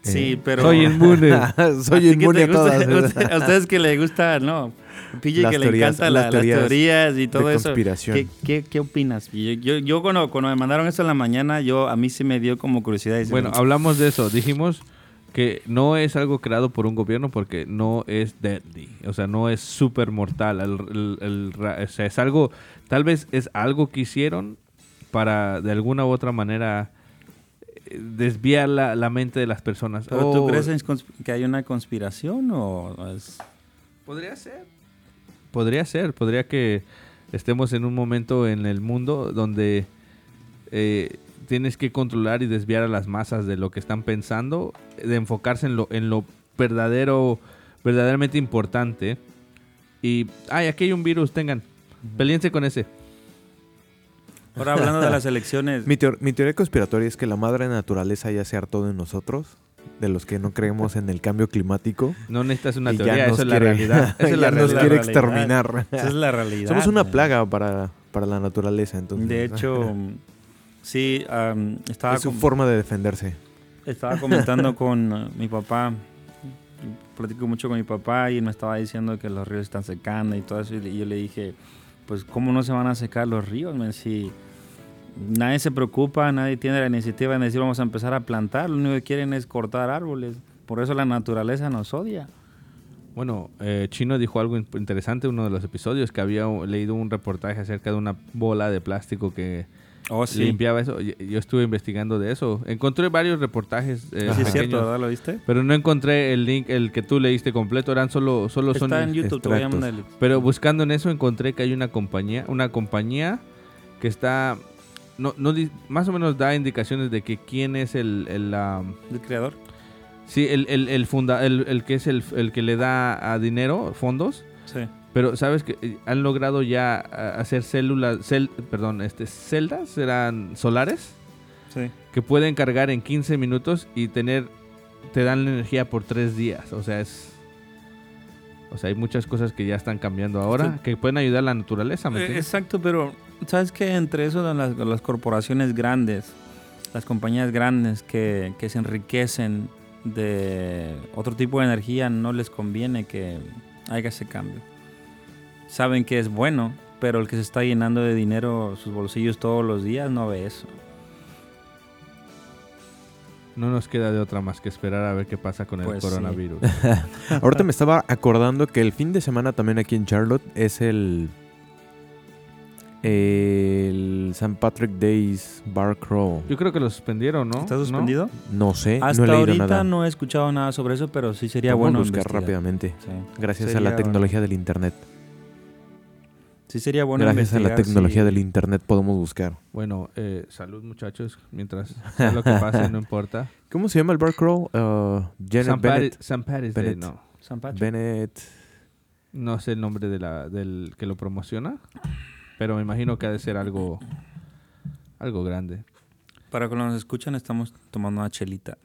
Sí,
Eh,
pero.
Soy inmune.
¿A ti
Soy
qué te
inmune a
gusta?
todas.
Usted- a ustedes que les gusta, no. PJ
Las
que le
teorías-
encanta
las
la- las, teorías y
de
todo eso.
conspiración.
¿Qué, qué, qué opinas? Yo, yo, yo cuando, cuando me mandaron eso en la mañana, yo a mí sí me dio como curiosidad. y dije,
Bueno, hablamos de eso. Dijimos que no es algo creado por un gobierno porque no es deadly. O sea, no es súper mortal. El- el- el ra- o sea, es algo, tal vez es algo que hicieron para de alguna u otra manera eh, desviar la, la mente de las personas.
¿Pero tú
Oh,
crees en consp- que hay una conspiración o es-
Podría ser. Podría ser. Podría que estemos en un momento en el mundo donde eh, tienes que controlar y desviar a las masas de lo que están pensando, de enfocarse en lo, en lo verdadero, verdaderamente importante. Y, ay, aquí hay un virus, tengan. Peleense con ese.
Ahora hablando de las elecciones,
Mi, teor- mi teoría conspiratoria es que la madre naturaleza ya se hartó de nosotros, de los que no creemos en el cambio climático.
No necesitas una
y ya
teoría,
nos
eso es la
quiere-
realidad. Esa
ya
es la
nos
realidad.
quiere
La realidad.
exterminar.
esa es la realidad.
Somos una
¿no?
plaga para, para la naturaleza, entonces.
De hecho, sí, am, estaba
es su
con-
forma de defenderse.
Estaba comentando con eh, mi papá, platico mucho con mi papá y él me estaba diciendo que los ríos están secando y todo eso. Y le- y yo le dije, pues, ¿cómo no se van a secar los ríos? men? Si nadie se preocupa, nadie tiene la iniciativa de decir vamos a empezar a plantar, lo único que quieren es cortar árboles. Por eso la naturaleza nos odia.
Bueno, eh, Chino dijo algo in- interesante en uno de los episodios, que había o- leído un reportaje acerca de una bola de plástico que
Oh, sí.
limpiaba eso. Yo, yo estuve investigando de eso. Encontré varios reportajes eh,
Sí, es cierto,
pequeños,
¿verdad? ¿Lo viste?
pero no encontré el link, el que tú leíste completo. Eran solo, solo son
Está en YouTube, te voy a
extractos.
mandar el-
Pero buscando en eso encontré que hay una compañía, una compañía que está, no, no di- más o menos da indicaciones de que quién es el, el, am,
el creador.
sí, el, el, el funda, el, el que es el, el que le da a dinero, fondos.
Sí.
Pero sabes que eh, han logrado ya a- hacer células, cel- perdón, este, celdas, serán solares,
Sí.
que pueden cargar en 15 minutos y tener, te dan la energía por 3 días. O sea, es... O sea, hay muchas cosas que ya están cambiando ahora,
Esto-
que pueden ayudar a la naturaleza, ¿me
Eh,
entiendes?
Exacto, pero sabes que entre eso de las, las corporaciones grandes, las compañías grandes que, que se enriquecen de otro tipo de energía, no les conviene que haga ese cambio. Saben que es bueno, pero el que se está llenando de dinero sus bolsillos todos los días no ve eso.
No nos queda de otra más que esperar a ver qué pasa con el
Pues sí.
coronavirus.
Ahorita me estaba acordando que el fin de semana también aquí en Charlotte es el. El St. Patrick Days Bar Crawl.
Yo creo que lo suspendieron, ¿no?
¿Está
¿No?
suspendido?
No sé, no
Hasta
he leído
ahorita
nada.
no he escuchado nada sobre eso, pero sí sería
Vamos
bueno
a buscar
investigar.
rápidamente.
Sí.
Gracias a
Sería
la
bueno.
tecnología del internet.
Sí sería bueno
Gracias a la
investigar si-
tecnología del internet podemos buscar.
Bueno, eh, salud muchachos, mientras sea lo que pase, no importa.
¿Cómo se llama el Bar Crawl? Uh, Janet
San
Bennett.
Patrick's San Patrick's Day,
Bennett.
no.
San Patrick.
Bennett.
No sé el nombre de la, del que lo promociona, pero me imagino que ha de ser algo, algo grande,
Para que nos escuchan estamos tomando una chelita.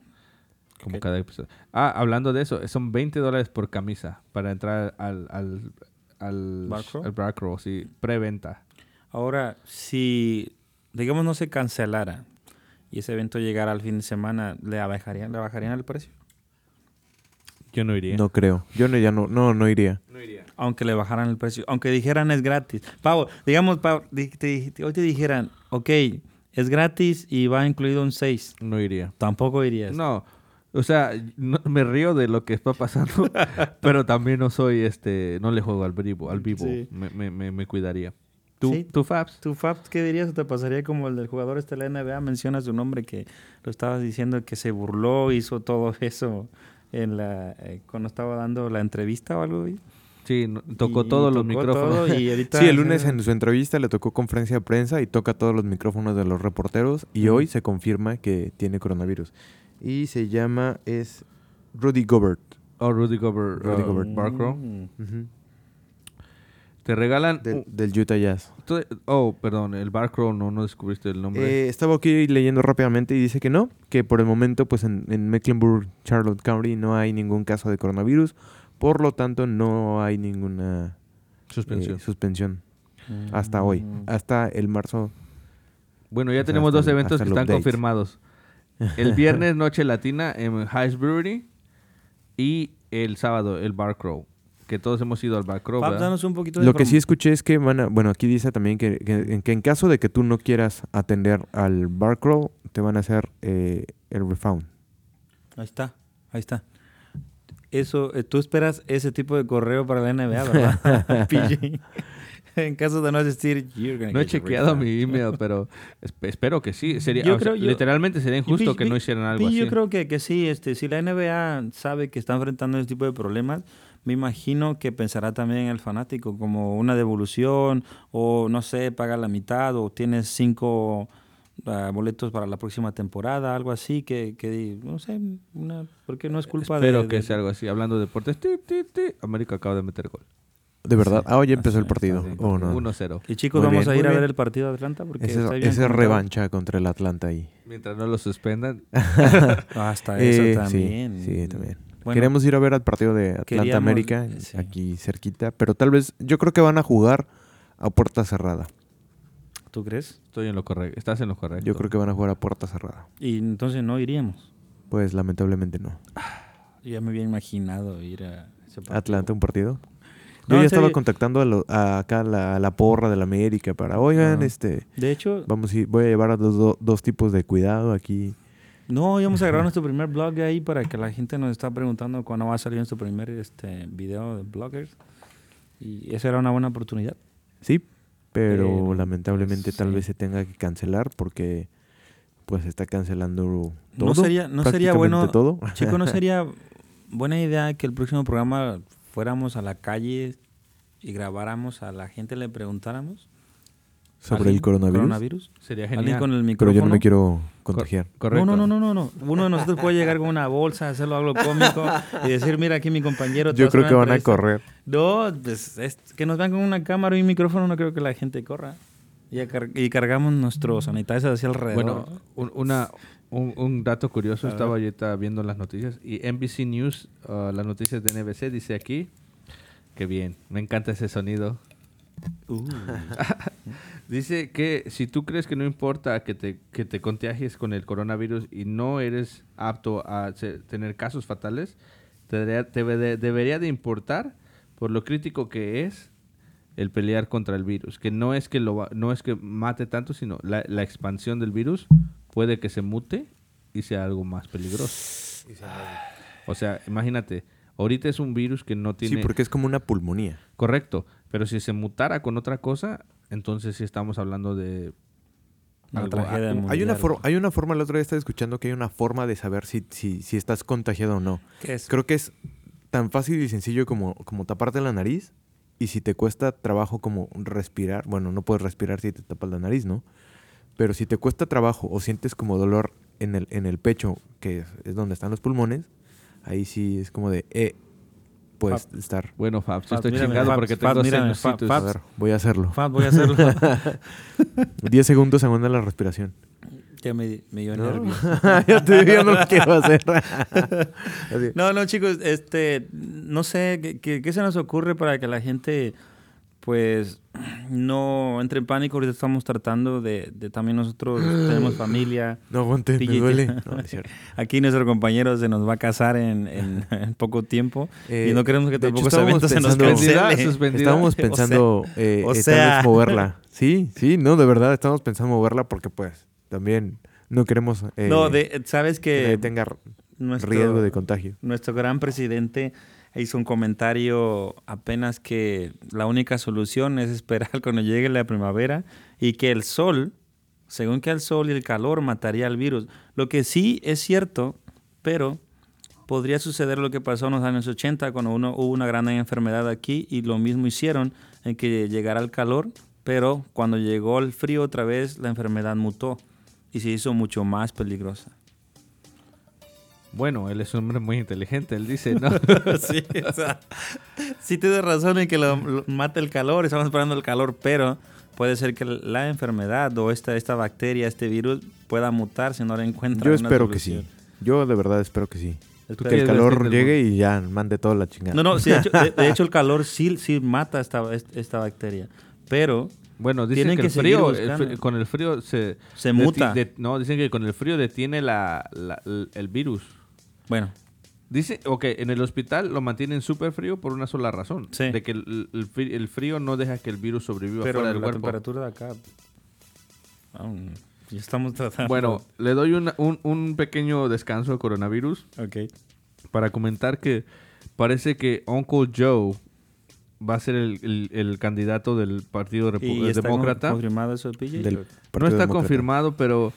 como
Ok.
cada episodio. Ah, hablando de eso, son 20 dólares por camisa para entrar al, al, al,
¿Bar crawl?
al bar crawl, sí, preventa.
Ahora, si, digamos, no se cancelara y ese evento llegara al fin de semana, ¿le bajarían, ¿le bajarían el precio?
Yo no iría.
No creo. Yo no, ya no, no, no iría.
Aunque le bajaran el precio, aunque dijeran es gratis. Pavo, digamos, Pavo, di- te- te- hoy te dijeran, ok, es gratis y va incluido un 6.
No iría.
Tampoco irías.
No, o sea, no- me río de lo que está pasando, pero también no soy, este, no le juego al vivo, al vivo.
Sí.
Me, me, me, me cuidaría. ¿Tú,
Sí.
tú Fabs?
¿Tú, Fab, qué dirías? ¿O te pasaría como el del jugador este de la NBA? Menciona su nombre que lo estabas diciendo que se burló, hizo todo eso en la, eh, cuando estaba dando la entrevista o algo. ¿vi?
Sí, no- tocó
Y
todos los
tocó
micrófonos.
todo y ahorita-
Sí, el lunes en su entrevista le tocó conferencia de prensa y toca todos los micrófonos de los reporteros y hoy se confirma que tiene coronavirus. Y se llama, es Rudy Gobert.
Oh, Rudy Gobert.
Rudy
uh,
Gobert.
Bar Crawl.
Mm.
Ujú.
Te regalan...
De-
un-
del Utah Jazz.
tú- oh, perdón, el Bar Crawl no, no descubriste el nombre.
Eh, estaba aquí leyendo rápidamente y dice que no, que por el momento pues en, en Mecklenburg, Charlotte County no hay ningún caso de coronavirus, por lo tanto no hay ninguna eh,
Suspensión.
suspensión hasta hoy, hasta el marzo.
bueno, ya
o sea,
tenemos
hasta
dos
el-
eventos
hasta
que
el
están
update.
confirmados. El viernes Noche Latina en Heist Brewery y el sábado el Bar Crawl. Que todos hemos ido al Bar Crawl,
Pablo,
¿verdad?
danos un poquito de
Lo que sí
informa-
escuché es que van a, bueno, aquí dice también que, que- en- que en caso de que tú no quieras atender al bar crawl, te van a hacer eh, el refund.
Ahí está, ahí está. Eso, eh, tú esperas ese tipo de correo para la NBA, ¿verdad? PJ. en caso de no asistir, you're gonna
No he
get your
chequeado
refund.
mi email, pero esp- espero que sí. Sería,
Yo
o sea,
creo yo-
literalmente sería injusto
Y
que
vi-
no
vi-
hicieran algo
vi-
así.
Yo creo que, que sí, este, si la NBA sabe que está enfrentando ese tipo de problemas, me imagino que pensará también en el fanático como una devolución o no sé, paga la mitad o tienes cinco ah, boletos para la próxima temporada, algo así, que, que di- no sé, una, porque no es culpa de...
espero que
de-
sea algo así. Hablando de deportes, ti, ti, ti, América acaba de meter gol.
De verdad. ah, hoy empezó el
así
partido.
es.
Oh, no.
1-0.
Y chicos,
Muy
vamos
bien,
a ir
muy
a ver
bien.
el partido de Atlanta porque
Esa
está bien
esa es
comentado.
revancha contra el Atlanta ahí.
Mientras no lo suspendan,
Ah, Hasta
Eh,
eso
sí,
también.
Sí, también.
Bueno,
Queremos ir a ver al partido de Atlanta
queríamos-
América,
sí.
aquí cerquita, pero tal vez, yo creo que van a jugar a puerta cerrada.
¿Tú crees?
estoy en lo correcto. Estás en lo correcto.
Yo creo que van a jugar a puerta cerrada.
Y entonces no iríamos.
Pues lamentablemente no.
Ya me había imaginado ir a ese partido.
Atlanta, un partido. Yo
No,
ya
en
estaba
serio.
contactando a, lo- a acá la, a la porra de la América para, oigan,
Ah.
este,
De hecho,
vamos a ir- voy a llevar a los do- dos tipos de cuidado aquí.
no, íbamos a grabar nuestro primer blog ahí para que la gente nos está preguntando cuándo va a salir nuestro primer este, video de bloggers. Y esa era una buena oportunidad.
Sí, Pero,
Pero,
lamentablemente tal
sí.
vez se tenga que cancelar porque pues se está cancelando todo.
No sería, no sería
prácticamente
bueno.
todo.
Chico, ¿no sería buena idea que el próximo programa fuéramos a la calle y grabáramos a la gente, le preguntáramos?
Sobre
¿Alguien?
el coronavirus.
Sería
¿Alguien
genial.
con el
Pero
micrófono?
yo no me quiero
Cor-
contagiar.
correcto.
No, no, no, no, no. Uno de nosotros puede llegar con una bolsa, hacerlo algo cómico y decir, mira aquí mi compañero. te
Yo
vas
creo
una
que van a
entrevista".
correr.
No, pues, es- que nos vean con una cámara y un micrófono, no creo que la gente corra. Y, a car- y cargamos nuestros sanitarios hacia alrededor.
Bueno, un, una, un, un dato curioso, estaba ahorita viendo las noticias y NBC News, uh, las noticias de NBC, dice aquí, que bien, me encanta ese sonido. dice que si tú crees que no importa que te, que te contagies con el coronavirus y no eres apto a se- tener casos fatales, te debería, te debe- debería de importar por lo crítico que es el pelear contra el virus, que no es que lo va- no es que mate tanto, sino la, la expansión del virus puede que se mute y sea algo más peligroso. O sea, imagínate, ahorita es un virus que no tiene
Sí, porque es como una pulmonía.
correcto, pero si se mutara con otra cosa, entonces sí estamos hablando de
Una
algo-
tragedia
algo-
Hay una,
mundial.
for- hay una forma, el otro día estaba escuchando que hay una forma de saber si, si, si estás contagiado o no.
¿Qué es?
Creo que es tan fácil y sencillo como, como taparte la nariz y si te cuesta trabajo como respirar, bueno, no puedes respirar si te tapas la nariz, ¿no? Pero si te cuesta trabajo o sientes como dolor en el, en el pecho, que es, es donde están los pulmones, ahí sí es como de, eh, puedes estar...
Bueno, Fabs, yo
Fabs,
estoy
mírame,
chingado
Fabs,
porque
Fabs,
tengo
mírame,
sinusitis.
A
Fabs.
ver, voy a hacerlo.
Fab, voy a hacerlo.
10 segundos aguanta la respiración.
ya me, me dio
¿no?
nervios.
ya te digo, no lo quiero hacer. Así.
No, no, chicos, este, no sé, ¿qué- ¿qué, qué se nos ocurre para que la gente, pues, no entre en pánico? Ahorita estamos tratando de, de también nosotros tenemos familia.
No aguante, me
Pillita.
duele. No, es cierto.
Aquí nuestro compañero se nos va a casar en, en- en poco tiempo
Eh,
y no queremos que
de
tampoco
hecho,
ese evento se nos
estábamos
pensando-
cancele.
Sus- Suspendida.
Estábamos
O sea-
pensando eh,
o
esta
sea.
vez moverla. Sí, sí, no, de verdad, estamos pensando moverla porque pues también no queremos eh,
no, de- sabes
que nadie
que
tenga r-
nuestro-
riesgo de contagio.
Nuestro gran presidente hizo un comentario apenas que la única solución es esperar cuando llegue la primavera y que el sol, según que el sol y el calor mataría al virus. Lo que sí es cierto, pero podría suceder lo que pasó en los años 80 cuando uno, hubo una gran enfermedad aquí y lo mismo hicieron en que llegara el calor, pero cuando llegó el frío otra vez la enfermedad mutó y se hizo mucho más peligrosa.
Bueno, él es un hombre muy inteligente, él dice, ¿no?
sí, o sea, sí tienes razón en que lo, lo mata el calor, estamos esperando el calor, pero puede ser que la enfermedad o esta, esta bacteria, este virus, pueda mutar si no le encuentran
Yo
una
espero que sí.
solución.
Yo de verdad espero que sí.
Espero-
que el
quieres
calor
decir del
llegue y ya mande toda la chingada.
No, no, sí, de, hecho, de- de hecho el calor sí, sí mata esta, esta bacteria, pero
Bueno, dicen
Tienen
que,
que
el
seguir
frío, el fri-
buscando.
con el frío se...
Se
deti-
muta.
de- no, dicen que con el frío detiene la, la- l- el virus.
bueno,
Dice, ok, en el hospital lo mantienen súper frío por una sola razón.
Sí.
De que el, el fri- el frío no deja que el virus sobreviva
pero
fuera
la
del cuerpo.
temperatura de acá, aún, ya estamos tratando.
Bueno, le doy una- un, un pequeño descanso al coronavirus
ok.
para comentar que parece que Uncle Joe va a ser el, el- el candidato del Partido Repu-
¿Y está
Demócrata.
confirmado eso de PJ?
Del
No
Partido
está
Demócrata.
confirmado, pero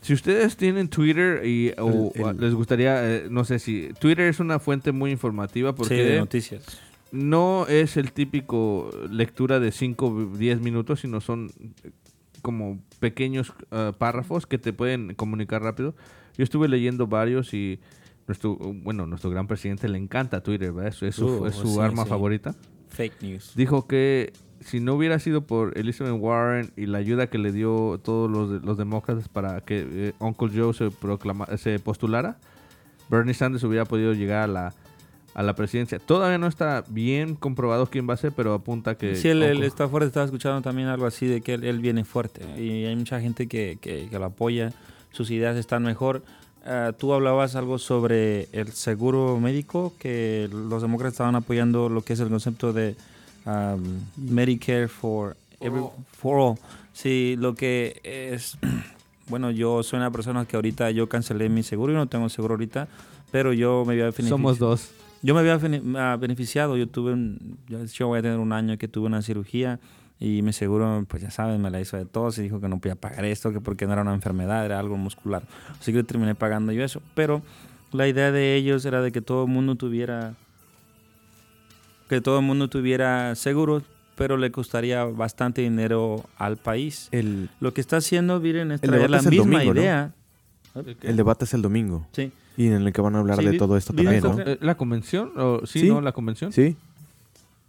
si ustedes tienen Twitter y o,
El- el-
les gustaría, eh, no sé si Twitter es una fuente muy informativa
Sí, de
porque
noticias.
no es el típico lectura de 5 10 minutos, sino son eh, como pequeños eh, párrafos que te pueden comunicar rápido. Yo estuve leyendo varios y nuestro bueno, nuestro gran presidente le encanta Twitter, ¿verdad? Es, es su,
Uh,
es su
sí,
arma
sí.
favorita.
Fake news.
Dijo que si no hubiera sido por Elizabeth Warren y la ayuda que le dio todos los, los demócratas para que eh, Uncle Joe se, proclama, se postulara, Bernie Sanders hubiera podido llegar a la, a la presidencia. Todavía no está bien comprobado quién va a ser, pero apunta que...
Sí, él, él
Uncle-
está fuerte, estaba escuchando también algo así de que él, él viene fuerte y hay mucha gente que, que- que lo apoya, sus ideas están mejor. Ah, tú hablabas algo sobre el seguro médico, que los demócratas estaban apoyando lo que es el concepto de um, Medicare for, every- for all. Sí, lo que es, bueno, yo soy una persona que ahorita yo cancelé mi seguro, yo no tengo seguro ahorita, pero yo me voy a definir.
Somos dos.
Yo me había bene- ah, beneficiado, yo tuve un, yo, yo voy a tener un año que tuve una cirugía Y mi seguro, pues ya saben, me la hizo de todos y dijo que no podía pagar esto, que porque no era una enfermedad, era algo muscular. Así que terminé pagando yo eso. Pero la idea de ellos era de que todo el mundo tuviera que todo el mundo tuviera seguro, pero le costaría bastante dinero al país.
El,
Lo que está haciendo Biden es
El
traer
debate
la
es el
misma
domingo, ¿no?
idea.
el debate es el domingo.
Sí.
Y en el que van a hablar
Sí,
de
vi-
todo esto
vi
también,
eso,
¿no?
creo.
Eh, ¿La convención? ¿O sí,
Sí.
no? ¿La convención?
Sí.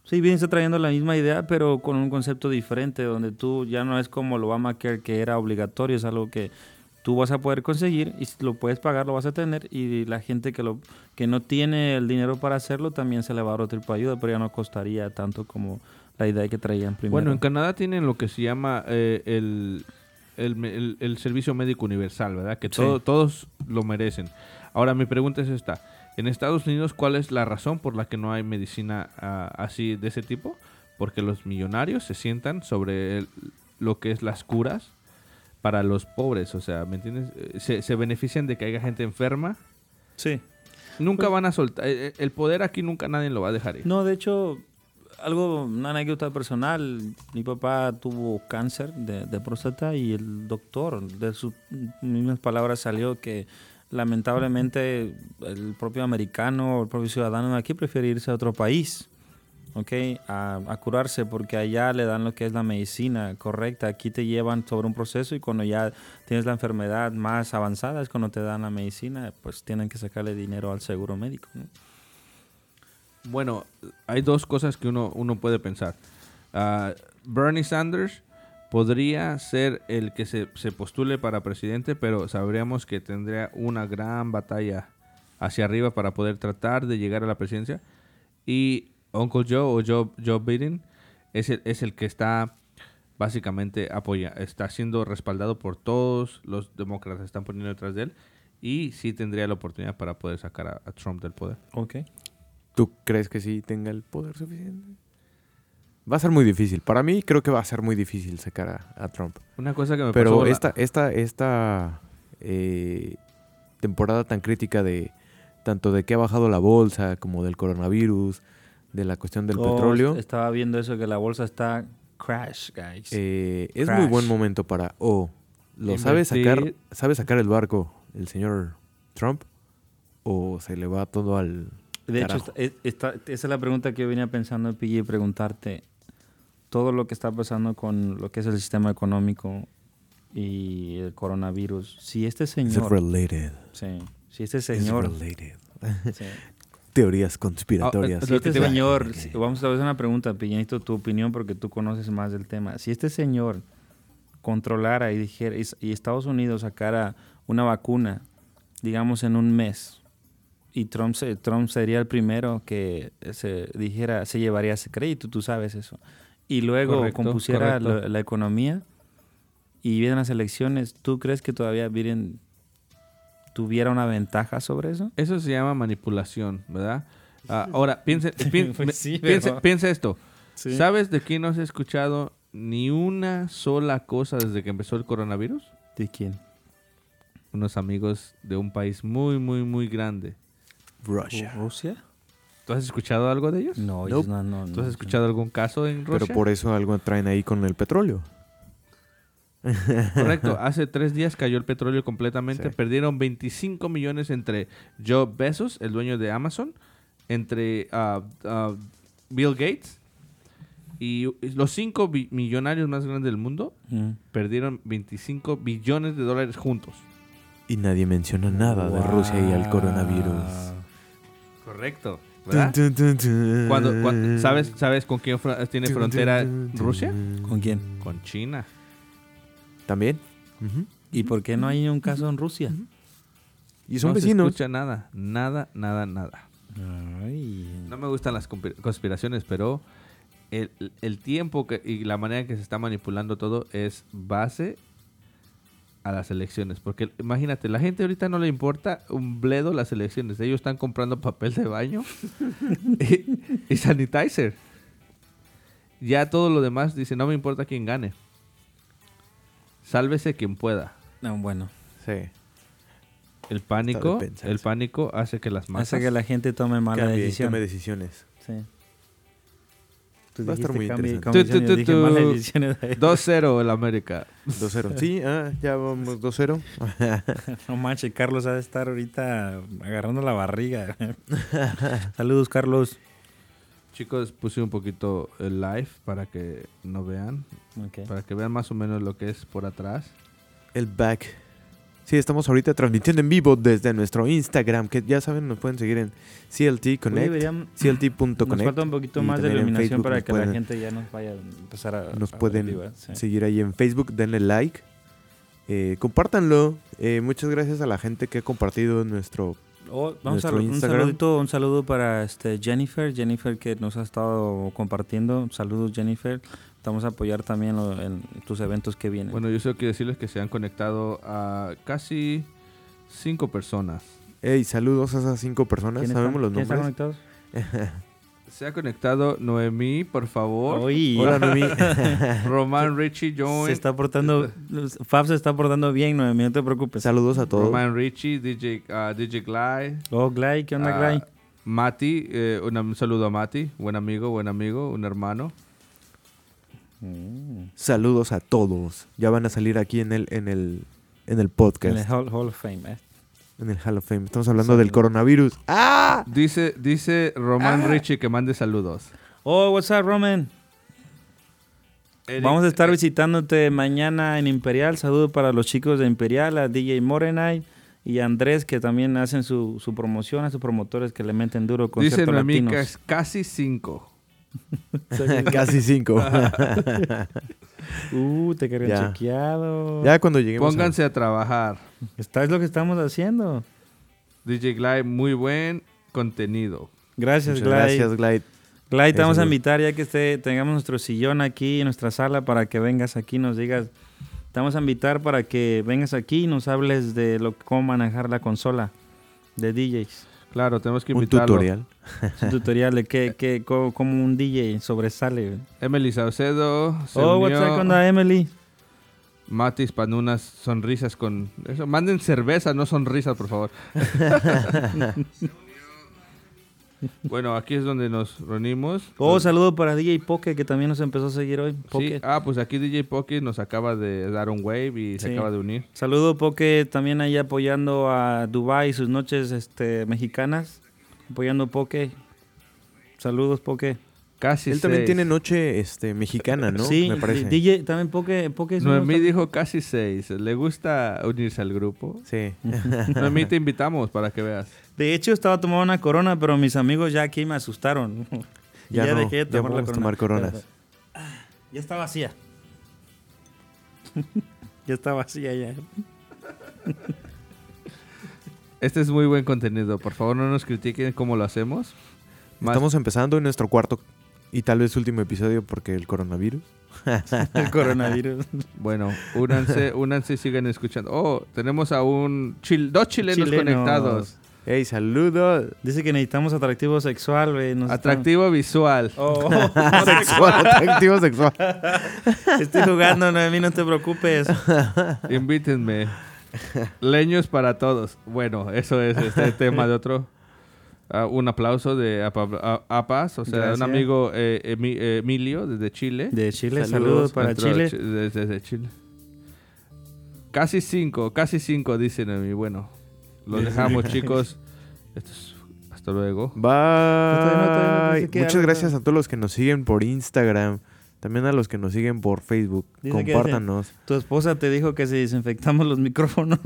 Sí, bien está trayendo la misma idea, pero con un concepto diferente, donde tú ya no es como el Obamacare que era obligatorio, es algo que tú vas a poder conseguir y si lo puedes pagar, lo vas a tener y la gente que lo que no tiene el dinero para hacerlo también se le va a dar otro tipo de ayuda, pero ya no costaría tanto como la idea que traían primero.
Bueno, en Canadá tienen lo que se llama eh, el, el me- el- el servicio médico universal, ¿verdad? Que
Sí.
todo- todos lo merecen. Ahora, mi pregunta es esta. En Estados Unidos, ¿cuál es la razón por la que no hay medicina ah, así de ese tipo? Porque los millonarios se sientan sobre el- lo que es las curas para los pobres, o sea, ¿me entiendes? Eh, Se, se benefician de que haya gente enferma.
sí. Pues
Nunca van a soltar. eh, eh, El poder aquí nunca nadie lo va a dejar ir.
No, de hecho, algo, una anécdota personal. Mi papá tuvo cáncer de, de próstata y el doctor, de sus mismas palabras, salió que lamentablemente el propio americano, el propio ciudadano de aquí prefiere irse a otro país. ¿ok? A, a curarse porque allá le dan lo que es la medicina correcta. Aquí te llevan sobre un proceso y cuando ya tienes la enfermedad más avanzada es cuando te dan la medicina, pues tienen que sacarle dinero al seguro médico. ¿no?
Bueno, hay dos cosas que uno, uno puede pensar. Ah, Bernie Sanders podría ser el que se, se postule para presidente, pero sabríamos que tendría una gran batalla hacia arriba para poder tratar de llegar a la presidencia. Y Uncle Joe o Joe, Joe Biden es el, es el que está básicamente apoya, está siendo respaldado por todos los demócratas, están poniendo detrás de él y sí tendría la oportunidad para poder sacar a- a Trump del poder.
Okay.
¿Tú crees que sí tenga el poder suficiente? Va a ser muy difícil. Para mí creo que va a ser muy difícil sacar a, a Trump.
Una cosa que me pasó
Pero
la-
esta, esta, esta eh, temporada tan crítica de tanto de que ha bajado la bolsa como del coronavirus, de la cuestión del
Oh,
petróleo,
Estaba viendo eso, que la bolsa está crash, guys.
eh, es
crash.
muy buen momento para o lo sabe sacar,
Invertir.
sabe sacar el barco el señor Trump o se le va todo al
de hecho,
carajo.
esta- es- esta- esa es la pregunta que yo venía pensando, PG, preguntarte todo lo que está pasando con lo que es el sistema económico y el coronavirus. Si este
Is it
señor...
related?
Sí, si este
Is it
señor...
related?
sí.
Teorías conspiratorias.
Es
Si
lo que
este
te iba a-
señor, si- vamos a hacer una pregunta, Piñanito, tu opinión, porque tú conoces más del tema. Si este señor controlara y dijera, y, y Estados Unidos sacara una vacuna, digamos en un mes, y Trump, se- Trump sería el primero que se dijera, se llevaría ese crédito, tú sabes eso. Y luego
Correcto,
compusiera
correcto.
la, la economía y vienen las elecciones, ¿tú crees que todavía Biden tuviera una ventaja sobre eso?
Eso se llama manipulación, ¿verdad? Ah, ahora, piensa, pi-
Pues
me-
sí,
piensa-
pero-
piensa esto. ¿Sabes de quién no has escuchado ni una sola cosa desde que empezó el coronavirus?
¿De quién?
Unos amigos de un país muy, muy, muy grande.
Russia.
¿Rusia?
¿Tú has escuchado algo de ellos?
No,
Nope.
no, no.
¿Tú
no,
has escuchado algún caso en Rusia?
Pero por eso algo traen ahí con el petróleo.
Correcto. Hace tres días cayó el petróleo completamente.
Sí.
Perdieron 25 millones entre Joe Bezos, el dueño de Amazon, entre ah, ah, Bill Gates y los cinco bi- millonarios más grandes del mundo
Mm.
perdieron 25 billones de dólares juntos.
Y nadie menciona nada de Rusia y el coronavirus.
Wow.
Correcto. ¿Verdad?
Tun, tun, tun, tun.
Cuando, cuan- ¿sabes, ¿Sabes con quién fr- tiene
Tun, tun,
frontera
tun, tun.
Rusia?
¿Con quién?
Con China.
¿También? Ujú.
¿Y por qué no hay un caso en Rusia?
Y son
no
vecinos.
se escucha nada. Nada, nada, nada.
Ay.
No me gustan las conspir- conspiraciones, pero el, el tiempo que- y la manera en que se está manipulando todo es base a las elecciones. Porque imagínate, la gente ahorita no le importa un bledo las elecciones. Ellos están comprando papel de baño y, y sanitizer. Ya todo lo demás dice, no me importa quién gane. Sálvese quien pueda.
No, bueno,
Sí.
El pánico,
pensar
el
eso.
pánico hace que las masas...
hace que la gente tome malas
Cambie,
decisiones.
tome decisiones.
Sí. Tú
Va a estar
dijiste
muy
cami-
Tu,
interesante.
tu,
comisiones,
tu,
dije
tu.
malediciones.
2-0 el América.
2-0. Sí, ah, ya vamos Ah, 2-0.
No manches, Carlos ha de estar ahorita agarrando la barriga. Saludos, Carlos.
Chicos, puse un poquito el live para que no vean, para que vean más o menos lo que es por atrás.
El back. Sí, estamos ahorita transmitiendo en vivo desde nuestro Instagram, que ya saben, nos pueden seguir en CLT
Oye,
Connect.
deberían- Nos
CLT.connect.
falta un poquito
y
más de
también en
iluminación
Facebook
para
nos
que la
pueden-
gente ya nos vaya a empezar a.
Nos
a
pueden
motivar, sí.
seguir ahí en Facebook, denle like, eh, compártanlo. Eh, muchas gracias a la gente que ha compartido nuestro...
Oh, vamos a,
nuestro
un
Instagram.
saludito, un saludo para este Jennifer, Jennifer que nos ha estado compartiendo. Saludos Jennifer, estamos a apoyar también lo- en tus eventos que vienen.
Bueno, yo solo quiero decirles que se han conectado a casi 5 personas.
Hey, saludos a esas cinco personas,
¿Quién
sabemos
está-
los
quién está
nombres.
conectado?
Se ha conectado Noemí, por favor.
Oy.
Hola, Noemí.
Román Richie
se
Join.
está portando, Fab se está portando bien, no, no te preocupes.
saludos a todos.
Román Richie, DJ, ah, DJ Glide.
Oh, Glay, ¿qué onda,
ah,
Glay?
Mati, eh, un, am- saludo a Mati, buen amigo, buen amigo, un hermano.
Saludos a todos. Ya van a salir aquí en el, en el, en el podcast,
En el Hall, Hall of Fame, eh.
en el Hall of Fame. Estamos hablando del coronavirus. ¡Ah!
Dice, dice Román Richie que mande saludos.
Oh, what's up, Roman?
Eric- eh,
Vamos a estar visitándote mañana en Imperial. Saludos para los chicos de Imperial, a DJ Morenay y a Andrés, que también hacen su, su promoción, a sus promotores que le meten duro con
Dice
ciertos
Noemí
latinos.
que es casi 5.
Casi cinco.
Uh, te querían
Ya.
chequeado.
ya cuando lleguemos. a-
Pónganse a trabajar.
Está- es lo que estamos haciendo.
DJ Glide, muy buen contenido.
Gracias,
Muchas
Glay.
gracias, Glide.
Glay, te vamos a
Eso es.
invitar ya que esté, tengamos nuestro sillón aquí, nuestra sala, para que vengas aquí y nos digas. Te vamos a invitar para que vengas aquí y nos hables de lo, cómo manejar la consola de DJs.
Claro, tenemos que
Un
invitarlo.
tutorial.
Es un tutorial de qué, qué, cómo, cómo un DJ sobresale.
Emily Saucedo. se
oh, what's
unió.
up con la Emily?
Matis para unas sonrisas con eso. Manden cerveza, no sonrisas, por favor. bueno, aquí es donde nos reunimos.
Oh, saludo para DJ Poke, que también nos empezó a seguir hoy.
Sí,
Poke.
Ah, pues aquí DJ Pocket nos acaba de dar un wave y se
Sí.
acaba de unir.
Saludo Poke también ahí apoyando a Dubai sus noches este, mexicanas. Apoyando Poke. Saludos Poke.
Casi
Él también
seis.
tiene noche este, mexicana, ¿no?
sí,
me parece.
DJ también Poke, Poke es uno-
Noemí dijo casi seis. ¿Le gusta unirse al grupo?
Sí.
Noemí, te invitamos para que veas.
De hecho, estaba tomando una corona, pero mis amigos ya aquí me asustaron. Y
Ya no,
dejé de
ya
tomar la
podemos
corona.
tomar coronas.
Pero- Ya está vacía. ya está vacía ya.
Este es muy buen contenido. Por favor, no nos critiquen cómo lo hacemos. Más-
Estamos empezando en nuestro cuarto y tal vez último episodio porque el coronavirus.
El coronavirus.
Bueno, únanse, únanse y sigan escuchando. Oh, tenemos a un chil- dos chilenos,
Chilenos.
conectados.
¡Ey, saludos!
Dice que necesitamos atractivo sexual, güey. nos están-
Atractivo visual.
Oh,
Sexual, atractivo sexual.
estoy jugando, Noemí, no te preocupes.
Invítenme. Leños para todos. Bueno, eso es este tema de otro. Ah, un aplauso de Apa- a- APAS, o sea,
Gracias.
un amigo eh, Emi- eh, Emilio desde Chile.
De Chile,
Saludos
saludos, para
Nuestro
Chile.
chi- Desde, desde Chile. Casi cinco, casi cinco, dicen a mí. Bueno, los dejamos, chicos. Esto es- hasta luego.
Bye.
Pues todavía no, todavía no, se queda
Muchas
algo.
gracias a todos los que nos siguen por Instagram. También a los que nos siguen por Facebook.
Dice que-
Compártanos.
Tu esposa te dijo que si desinfectamos los micrófonos.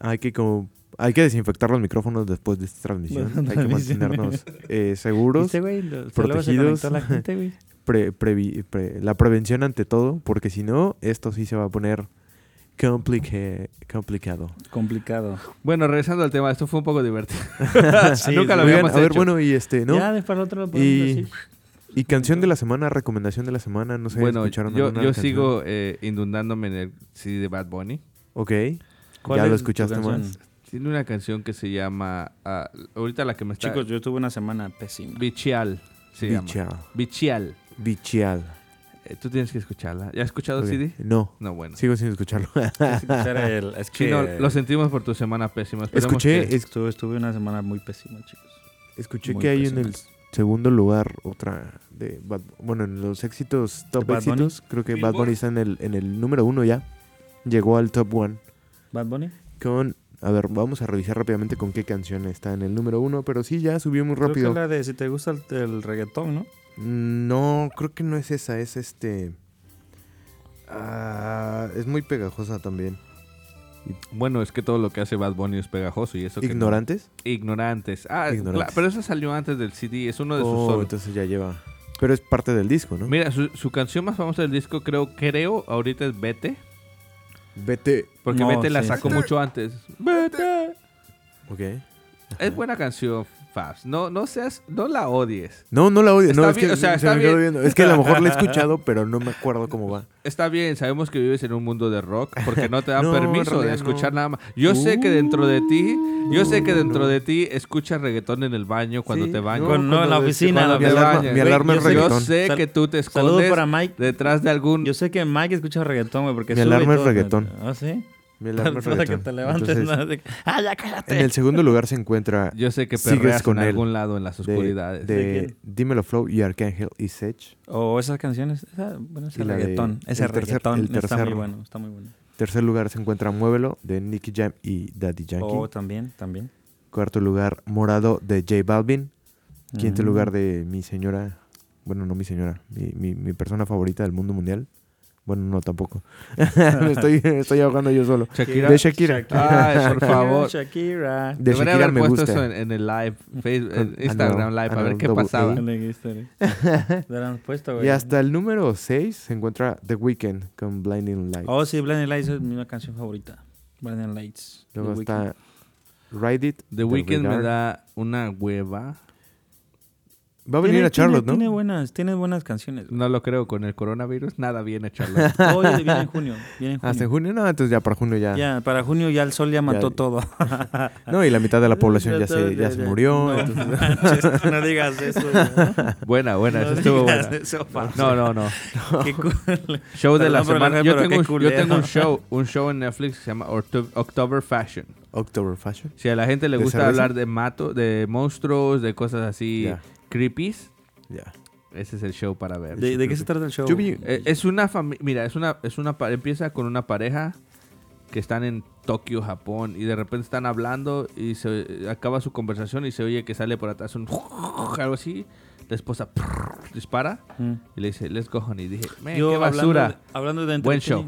Hay que como- Hay que desinfectar los micrófonos después de esta
Bueno,
transmisión. Hay que
transmisión.
mantenernos eh, seguros.
¿Viste, güey? Lo- se luego se
protegidos.
conectó la gente, güey.
pre- previ- pre- la prevención ante todo, porque si no, esto sí se va a poner complique- complicado.
Complicado.
Bueno, regresando al tema, esto fue un poco divertido.
Sí,
Nunca lo
Oigan,
habíamos
a ver,
hecho.
bueno, y este, ¿no?
Ya, de para el otro lo podemos
y,
decir.
y canción de la semana, recomendación de la semana, no sé,
Bueno,
¿escucharon
yo,
alguna
yo
canción?
sigo eh, inundándome en el CD de Bad Bunny.
Ok,
¿Cuál
ya
es
lo
tu
escuchaste
canción?
más.
Tiene una canción que se llama. ah, ahorita la que me está.
Chicos, yo tuve una semana pésima.
Bichial. Se llama.
Bichal.
Bichial.
Bichial.
Eh, tú tienes que escucharla. ¿Ya has escuchado
Ok,
el CD?
No,
No, bueno.
sigo sin escucharlo.
Es escuchar el- es que
Chino, lo sentimos por tu semana pésima. Esperemos
Escuché,
que-
es-
estuve, estuve una semana muy pésima, chicos.
escuché
Muy
que hay en el
impresionante.
segundo lugar, otra de Bad- Bueno, en los éxitos, top
Bad Bunny?
éxitos, creo que Bad Bunny está en el, en el número uno ya. Llegó al top one.
Bad Bunny.
Con. A ver, vamos a revisar rápidamente con qué canción está en el número uno, pero sí, ya subió muy
Creo que
rápido.
la de si te gusta el, el reggaetón, ¿no?
No, creo que no es esa, es este. ah, es muy pegajosa también.
Bueno, es que todo lo que hace Bad Bunny es pegajoso y eso que no.
¿Ignorantes?
Ignorantes. Ah,
Ignorantes.
cla- pero eso salió antes del CD, es uno de sus
Oh,
solos.
entonces ya lleva. Pero es parte del disco, ¿no?
Mira, su, su canción más famosa del disco creo, creo, ahorita es Vete,
Vete.
porque
No,
Vete la
sí,
sacó
sí.
mucho antes. Vete.
Ok.
Es buena canción, Fabs. No, no seas, no la odies.
No, no la odio.
Está
no, es
bien,
que
o sea,
se
está
me quedó
bien.
viendo. Es que a lo mejor la he escuchado, pero no me acuerdo cómo va.
Está bien, sabemos que vives en un mundo de rock porque no te da
No, en
permiso de
realidad
escuchar
no. Uh,
nada más. Yo sé que dentro de ti, yo sé que
no,
dentro
no.
de ti escuchas reggaetón en el baño cuando
Sí,
te bañas.
No,
Bueno, no, en la
cuando-
oficina.
Cuando
la
te
mi alarma-
bañas.
mi
Güey,
alarma
yo
es
sé-
reggaetón.
Yo sé
Ah, Sal-
que tú te escondes
Saludos para Mike.
detrás de algún...
Yo sé que Mike escucha reggaetón, güey, porque
Mi
sube y
alarma es
todo.
reggaetón.
¿Ah, sí?
Me alarma el
Para que
reggaetón.
te levantes.
Entonces,
¿no? De- ¡Ah, ya cállate!
En el segundo lugar se encuentra
Yo sé que
Sigues
perreas
con
en
él.
algún lado en las
de,
oscuridades.
de
¿De quién?
Dímelo Flow y Arcángel y Sech.
O esas canciones. esa- bueno, ese
Y la de-
reggaetón. Ese
el tercer-
reggaetón
el
está muy
tercer-
bueno. Está muy bueno.
Tercer lugar se encuentra Muévelo de Nicky Jam y Daddy Yankee.
O Oh, también, también.
Cuarto lugar Morado de J Balvin. Quinto
Mm.
lugar de mi señora, bueno, no mi señora, mi, mi- mi persona favorita del mundo mundial. Bueno, no tampoco. me estoy, me estoy ahogando yo solo.
Shakira.
De Shakira.
Ay, por favor.
Shakira.
De
Debería
Shakira
haber
me
puesto
gusta.
eso
Ah,
en, en el live, Facebook, en
Con-
Instagram
Another-
Live, a ver qué
Another
pasaba.
Day.
puesto,
Y
güey.
hasta el número 6 se encuentra The Weeknd con Blinding Lights.
Oh, sí, Blinding Lights es mi canción favorita. Blinding Lights.
Luego
The Weeknd.
está Ride It.
The Weeknd me
Regard.
da una hueva.
Va a venir
Tiene-
a Charlotte,
tiene- Tiene
¿no?
buenas, tiene buenas canciones. güey.
No lo creo, con el coronavirus nada viene, Charlotte.
Hoy viene en junio. Viene en junio.
Hasta junio, no, entonces ya para junio ya.
Ya, para junio ya el sol ya mató todo.
No, y la mitad de la población ya se, ya se murió.
No,
entonces-
manches, no digas eso. güey.
buena, buena,
No
eso estuvo
digas
buena.
eso, Fabs.
No, no, no.
Qué cool.
Show de la
Perdón por
semana.
la-
Yo tengo,
pero qué
un, yo
culero.
tengo un show, un show en Netflix que se llama Orto- October Fashion.
October Fashion.
Si a la gente le
¿De
gusta
cerveza?
hablar de mato, de monstruos, de cosas así
Ya.
creepies,
Ya.
ese es el show para ver.
¿De, de qué se trata el show?
Yo vi-
Eh, Es una familia, mira, es una, es una, pa- empieza con una pareja que están en Tokio, Japón, y de repente están hablando y se acaba su conversación y se oye que sale por atrás un algo así, la esposa dispara
Mm.
y le dice, let's go honey, dije, "Man,
Yo
qué
hablando
basura.
de, hablando de
Buen
entreteni-
show.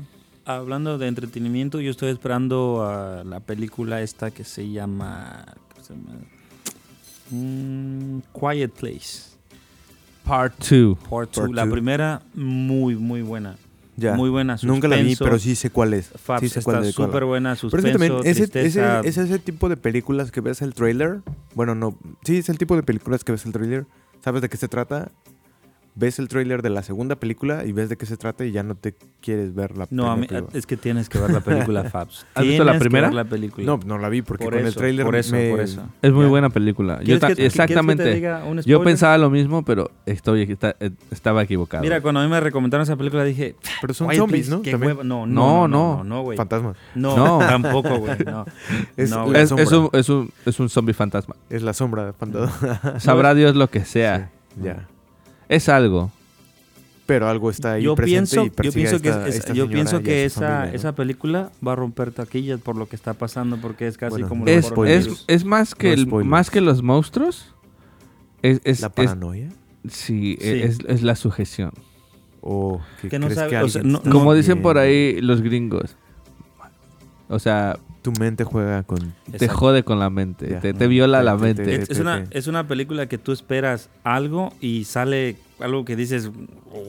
Hablando de entretenimiento, yo estoy esperando a la película esta que se llama, ¿cómo se llama? Mm, Quiet Place
Part 2.
Part
Part
2. La
two.
primera muy muy buena.
Ya.
Muy buena,
Nunca la vi,
suspenso.
pero sí sé cuál es.
Fabs
sí sé cuál
está
de cuál
súper
hablo.
buena,
Pero es
suspenso,
que también ese,
tristeza.
ese- es ese tipo de películas que ves el trailer. Bueno, no. Sí, es el tipo de películas que ves el trailer. ¿Sabes de qué se trata? Ves el trailer de la segunda película y ves de qué se trata y ya no te quieres ver la
no, a mí-
primera película.
es que tienes que ver la película Fabs.
¿Has visto la
Tienes que
primera?
ver la película.
No, no la vi porque
Por
con el
eso,
trailer
por eso,
me-
por eso.
Es muy
Ya.
buena película. Yo
¿Quieres
ta-
que- quieres que te
exactamente.
diga un
Yo
spoiler?
pensaba lo mismo, pero estoy, está- eh, estaba equivocado.
Mira, cuando a mí me recomendaron esa película dije,
Pero son
Quiet
zombies,
Place,
¿no?
qué
También.
hueva. No,
No,
no, no,
no.
no, no, güey.
Fantasmas.
No,
No.
tampoco, güey. No,
Es
No,
la
güey.
es,
sombra.
es un, es, un, es un zombie fantasma.
Es la sombra, fantasma.
Sabrá Dios lo que sea.
ya.
Es algo.
Pero algo está ahí
yo
presente
pienso,
y
yo
persigue
pienso
a
que,
esta-
es-
esta
yo
señora
pienso
y a
que
su
esa,
familia, ¿no?
esa película va a romper taquillas por lo que está pasando, porque es casi
Bueno,
como
no
Es,
coronavirus.
es, es más que
No
el-
spoilers.
más que los monstruos. Es, es-
¿La
es-
paranoia?
sí,
Sí.
Es, es la sujeción.
¿O que,
Que no
crees
sabe-
que
o sea,
alguien
no-
está
Como dicen por
viendo?
ahí los gringos. O sea,
Tu mente juega con...
te
Exacto.
jode con la mente.
Ya.
Te, te viola
Te-
la
te-
mente.
te-
Es- es una, es una película que tú esperas algo y sale algo que dices,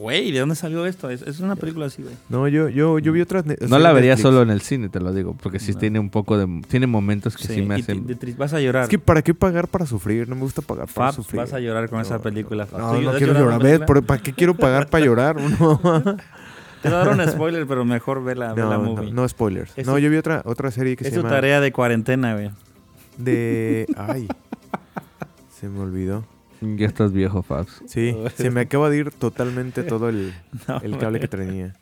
güey, ¿de dónde salió esto? Es, es una película así, güey.
No, yo, yo, yo vi otras... ne-
No
series
la vería
Netflix.
solo en el cine, te lo digo, porque sí tiene un poco de... Tiene momentos que sí,
Sí,
me
y te-
hacen...
de tri- vas a llorar.
Es que ¿para qué pagar para sufrir? No me gusta pagar para
Fabs,
sufrir.
vas a llorar con esa película, Fabs.
No,
¿Tú
no
lloras
quiero
llorando
llorar. ¿Ves?
película?
¿Por- ¿Para qué quiero pagar para llorar? No,
Te voy a dar un spoiler, pero mejor ve la, ve la
no, no,
movie.
no spoilers.
Es
No,
tu-
yo vi otra, otra serie que
es
se
tu
llama...
tarea de cuarentena, güey.
De... Ay, se me olvidó.
Ya estás viejo, Fabs.
Sí, se me acaba de ir totalmente todo el, el cable que tenía.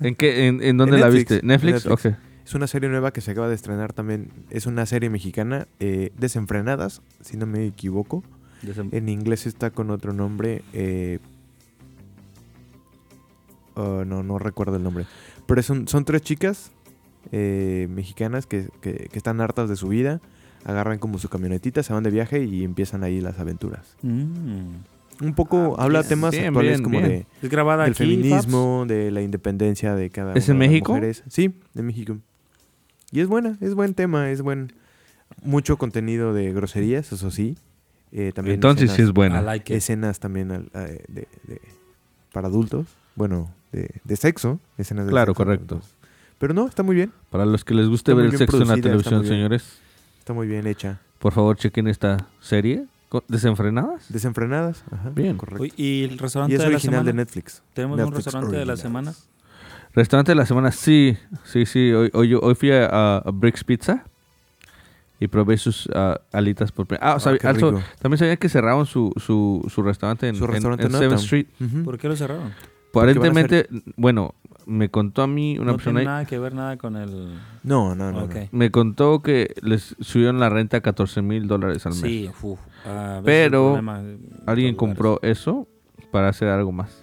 ¿En qué? ¿En, en dónde
En
la
Netflix,
viste? ¿Netflix?
en Netflix.
Ok.
Es una serie nueva que se acaba de estrenar también. Es una serie mexicana, eh, Desenfrenadas, si no me equivoco.
Desem-
En inglés está con otro nombre. eh, ah, no, no recuerdo el nombre. Pero son, son tres chicas eh, mexicanas que, que- que están hartas de su vida. Agarran como su camionetita, se van de viaje y empiezan ahí las aventuras.
Mm.
Un poco habla
Ah, bien,
temas
bien,
actuales
bien,
como
bien.
de
Es grabada
del
aquí. Paps?
feminismo, de la independencia de cada
¿Es
una
en
de las
México?
mujeres. Sí, de México. Y es buena, es buen tema, es buen mucho contenido de groserías, eso sí. Eh, también
Entonces sí
escenas,
es buena.
I like it.
escenas también al- a- eh, de, de- para adultos, bueno, de, de sexo, escenas de
Claro,
sexo para
correcto.
adultos. Pero no, está muy bien,
Para los que les guste
Está muy
ver el
bien
sexo en la
producida, está muy
televisión,
bien.
señores,
está muy bien hecha.
por favor chequen esta serie. Co- ¿Desenfrenadas?
Desenfrenadas, ajá,
Bien.
correcto.
Uy, y el
y
restaurante
es
de la
original de
semana.
Netflix.
Tenemos un
Netflix
restaurante de la
originals.
semana.
Restaurante de la semana, sí, sí, sí. Hoy, hoy, yo- hoy fui a, a- a Bricks Pizza y probé sus ah, alitas por primera Ah,
Ah,
sabe-
qué
also,
rico.
también sabía que cerraron su, su, su restaurante en,
Su
en-
restaurante
en
en
7th
Uptown.
Street.
Ujú.
¿Por qué lo cerraron?
Porque van a hacer-
Aparentemente, bueno, me contó a mí una
no
persona
tiene
ahí,
nada que ver nada con el...
No, no, no. no.
Ok.
me contó que les subieron la renta a 14 mil dólares al mes.
Sí, uf, a veces
Pero
el problema de-
Alguien
de lugares.
compró eso para hacer algo más.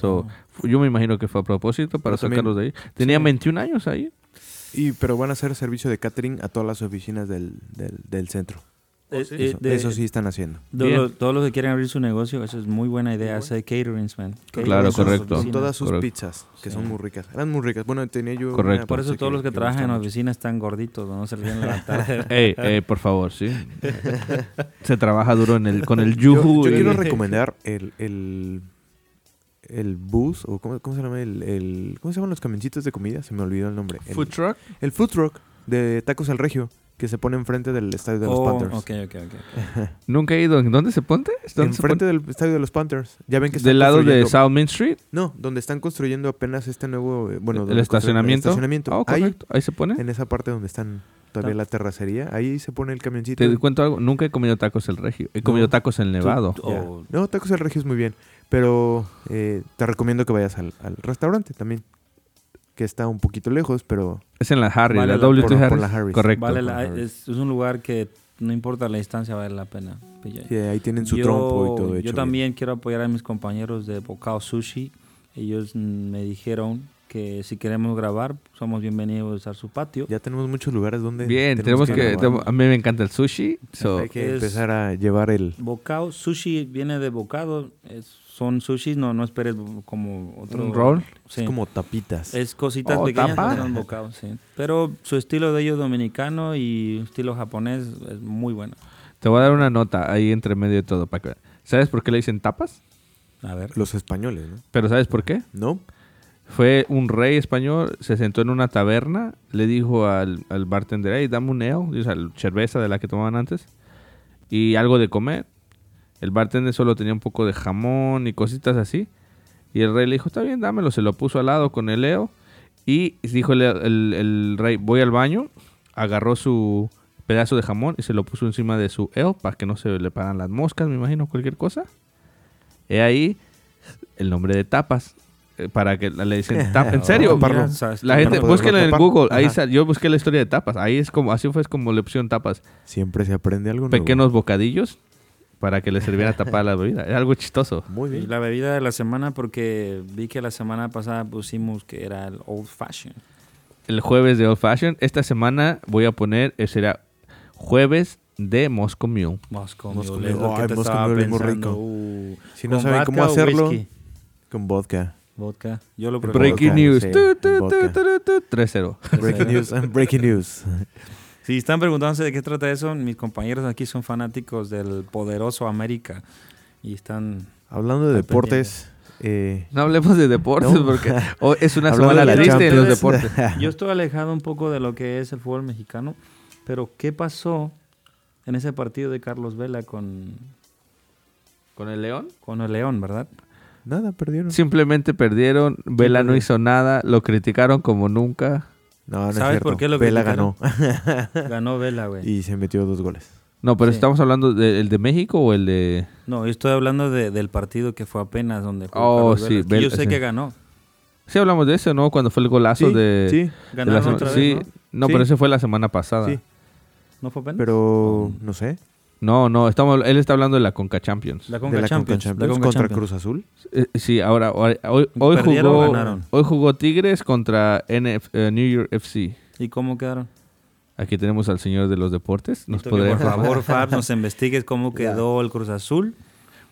So,
Oh.
fu- Yo me imagino que fue a propósito para
Pero Ah. también-
sacarlos de ahí. Tenía
sí.
21 años ahí.
Y, pero van a hacer servicio de catering a todas las oficinas del, del, del centro.
Eh, eh,
Eso,
de-
eso sí están haciendo.
de
Bien.
lo- todos los que quieren abrir su negocio, eso es muy buena idea. Hacer caterings, man. Caterings
Claro,
en sus
correcto.
Con
oficinas.
todas sus
correcto.
pizzas, que
Sí.
son muy ricas. Eran muy ricas. Bueno, tenía yo. una
Correcto.
Por eso
pizza
todos los que
me
trabajan en
gusta mucho.
oficinas están gorditos, no se quieren levantar.
Ey, ey, Eh, por favor, sí. Se trabaja duro en el, con el
Yo,
yuju.
yo
y-
quiero recomendar el. el el bus, o cómo, cómo se llama el, el- ¿Cómo se llaman los camioncitos de comida? Se me olvidó el nombre. El
Food truck.
el food truck de Tacos al Regio, que se pone enfrente del estadio de los
Oh,
Panthers.
ok, ok, ok.
Nunca he ido. ¿En dónde se pone? ¿Dónde se
Enfrente del estadio de los Panthers. Ya ven que
pone?
están
Del lado de
construyendo-
South Main Street.
No, donde están construyendo apenas este nuevo. eh, Bueno,
el
donde construyeron
estacionamiento.
El estacionamiento.
Ah,
Ahí
correcto. Ahí se pone.
En esa parte donde están todavía la terracería, ahí se pone el camioncito.
Ah. Te cuento algo. Nunca he comido tacos el regio. He comido
No.
tacos el nevado.
tú-
Ya.
Oh.
No, Tacos el Regio es muy bien, pero eh, te recomiendo que vayas al, al restaurante también, que está un poquito lejos, pero
Es en la Harry,
Vale
la,
la-
W2
por- por
Harris.
la Harris.
Correcto.
Vale la-
Harris.
es, es un lugar que no importa la distancia, vale la pena. PJ.
sí, ahí tienen su trompo y todo hecho.
Yo también quiero apoyar a mis compañeros de Bocao Sushi. Ellos mm, me dijeron que si queremos grabar, somos bienvenidos a su patio.
bien. Ya tenemos muchos lugares donde.
Bien, tenemos que.
grabar.
A mí me encanta el sushi. so-
Hay que
Es-
empezar a llevar el.
Bocao Sushi viene de bocado. es- son sushis, no, no esperes bo- como otro.
¿Un roll?
Sí.
Es como tapitas.
Es cositas
Oh,
pequeñas
tapa.
que son bocados, sí. Pero su estilo de ellos dominicano y estilo japonés es muy bueno.
Te voy a dar una nota ahí entre medio de todo. Para que... ¿Sabes por qué le dicen tapas?
A ver.
Los españoles, ¿no?
Pero ¿sabes por qué?
¿No?
Fue un rey español, se sentó en una taberna, le dijo al, al bartender, hey, dame un neo, o sea, cerveza de la que tomaban antes, y algo de comer. El bartender solo tenía un poco de jamón y cositas así. Y el rey le dijo, está bien, dámelo. Se lo puso al lado con el leo. Y dijo el, el- el rey, voy al baño. Agarró su pedazo de jamón y se lo puso encima de su eo para que no se le paran las moscas, me imagino, cualquier cosa. He ahí el nombre de tapas. eh, Para que la- le dicen tapas. En serio,
Oh, mira,
la gente,
Para
búsquenlo en
tapar.
Google. Ahí
Ajá.
sal- yo busqué la historia de tapas. Ahí es como, así fue como le opción tapas.
Siempre se aprende algo nuevo.
Pequeños bocadillos para que le sirviera tapar la bebida. Era algo chistoso.
Muy
Y
bien.
la bebida de la semana, porque vi que la semana pasada pusimos que era el Old Fashion.
El jueves de Old Fashion. Esta semana voy a poner, eh, será jueves de Moscow Mule.
Moscow
Moscow
Mule. es
Mule.
lo que
Ay,
te
Moscow
estaba
Mule es muy
pensando.
rico.
Uh,
Si no
¿con
saben
vodka
cómo
o
hacerlo,
whisky?
con vodka.
Vodka. Yo lo prefiero.
Breaking
Breaking
vodka,
news.
sí,
Tu, tu, tu,
vodka.
tu, tu, tu, 3-0.
Breaking news. I'm breaking news.
Si están preguntándose de qué trata eso, mis compañeros aquí son fanáticos del poderoso América. Y están...
Hablando de
Al
deportes, eh,
No hablemos de deportes
No.
porque hoy es una
Hablando
semana
de la
triste en los
Champions.
deportes.
Yo estoy alejado un poco de lo que es el fútbol mexicano, pero ¿qué pasó en ese partido de Carlos Vela con,
¿Con el León?
con el León, verdad?
nada, perdieron.
Simplemente perdieron. Vela no hizo nada. Lo criticaron como nunca.
No, no es
¿Sabes
cierto.
por qué lo
Vela
criticaron?
ganó
Ganó Vela, güey.
y se metió dos goles.
No, pero
Sí.
estamos hablando del de México o el de.
No, yo estoy hablando de- del partido que fue apenas donde
Oh,
jugó Carlos
sí,
Vela, que Yo
Vela,
sé
sí.
que ganó.
Sí, hablamos de eso, ¿no? Cuando fue el golazo
Sí,
de.
sí,
de la
Ganaron
sema-
otra vez,
sí.
¿no?
No,
Sí.
pero ese fue la semana pasada.
sí.
¿No fue apenas?
Pero no sé.
No, no, estamos, él está hablando de la Conca Champions.
La
de
Conca
la Conca
Champions.
Champions
la Conca
contra
Champions.
Cruz Azul.
Eh, sí, ahora, ahora- hoy, hoy
¿Perdieron o
jugó,
ganaron?
hoy jugó Tigres contra NF, eh, New York FC.
¿Y cómo quedaron?
Aquí tenemos al señor de los deportes. Nos
Necesito que,
podría
por
informar.
favor, Fab, nos investigues cómo quedó el Cruz Azul.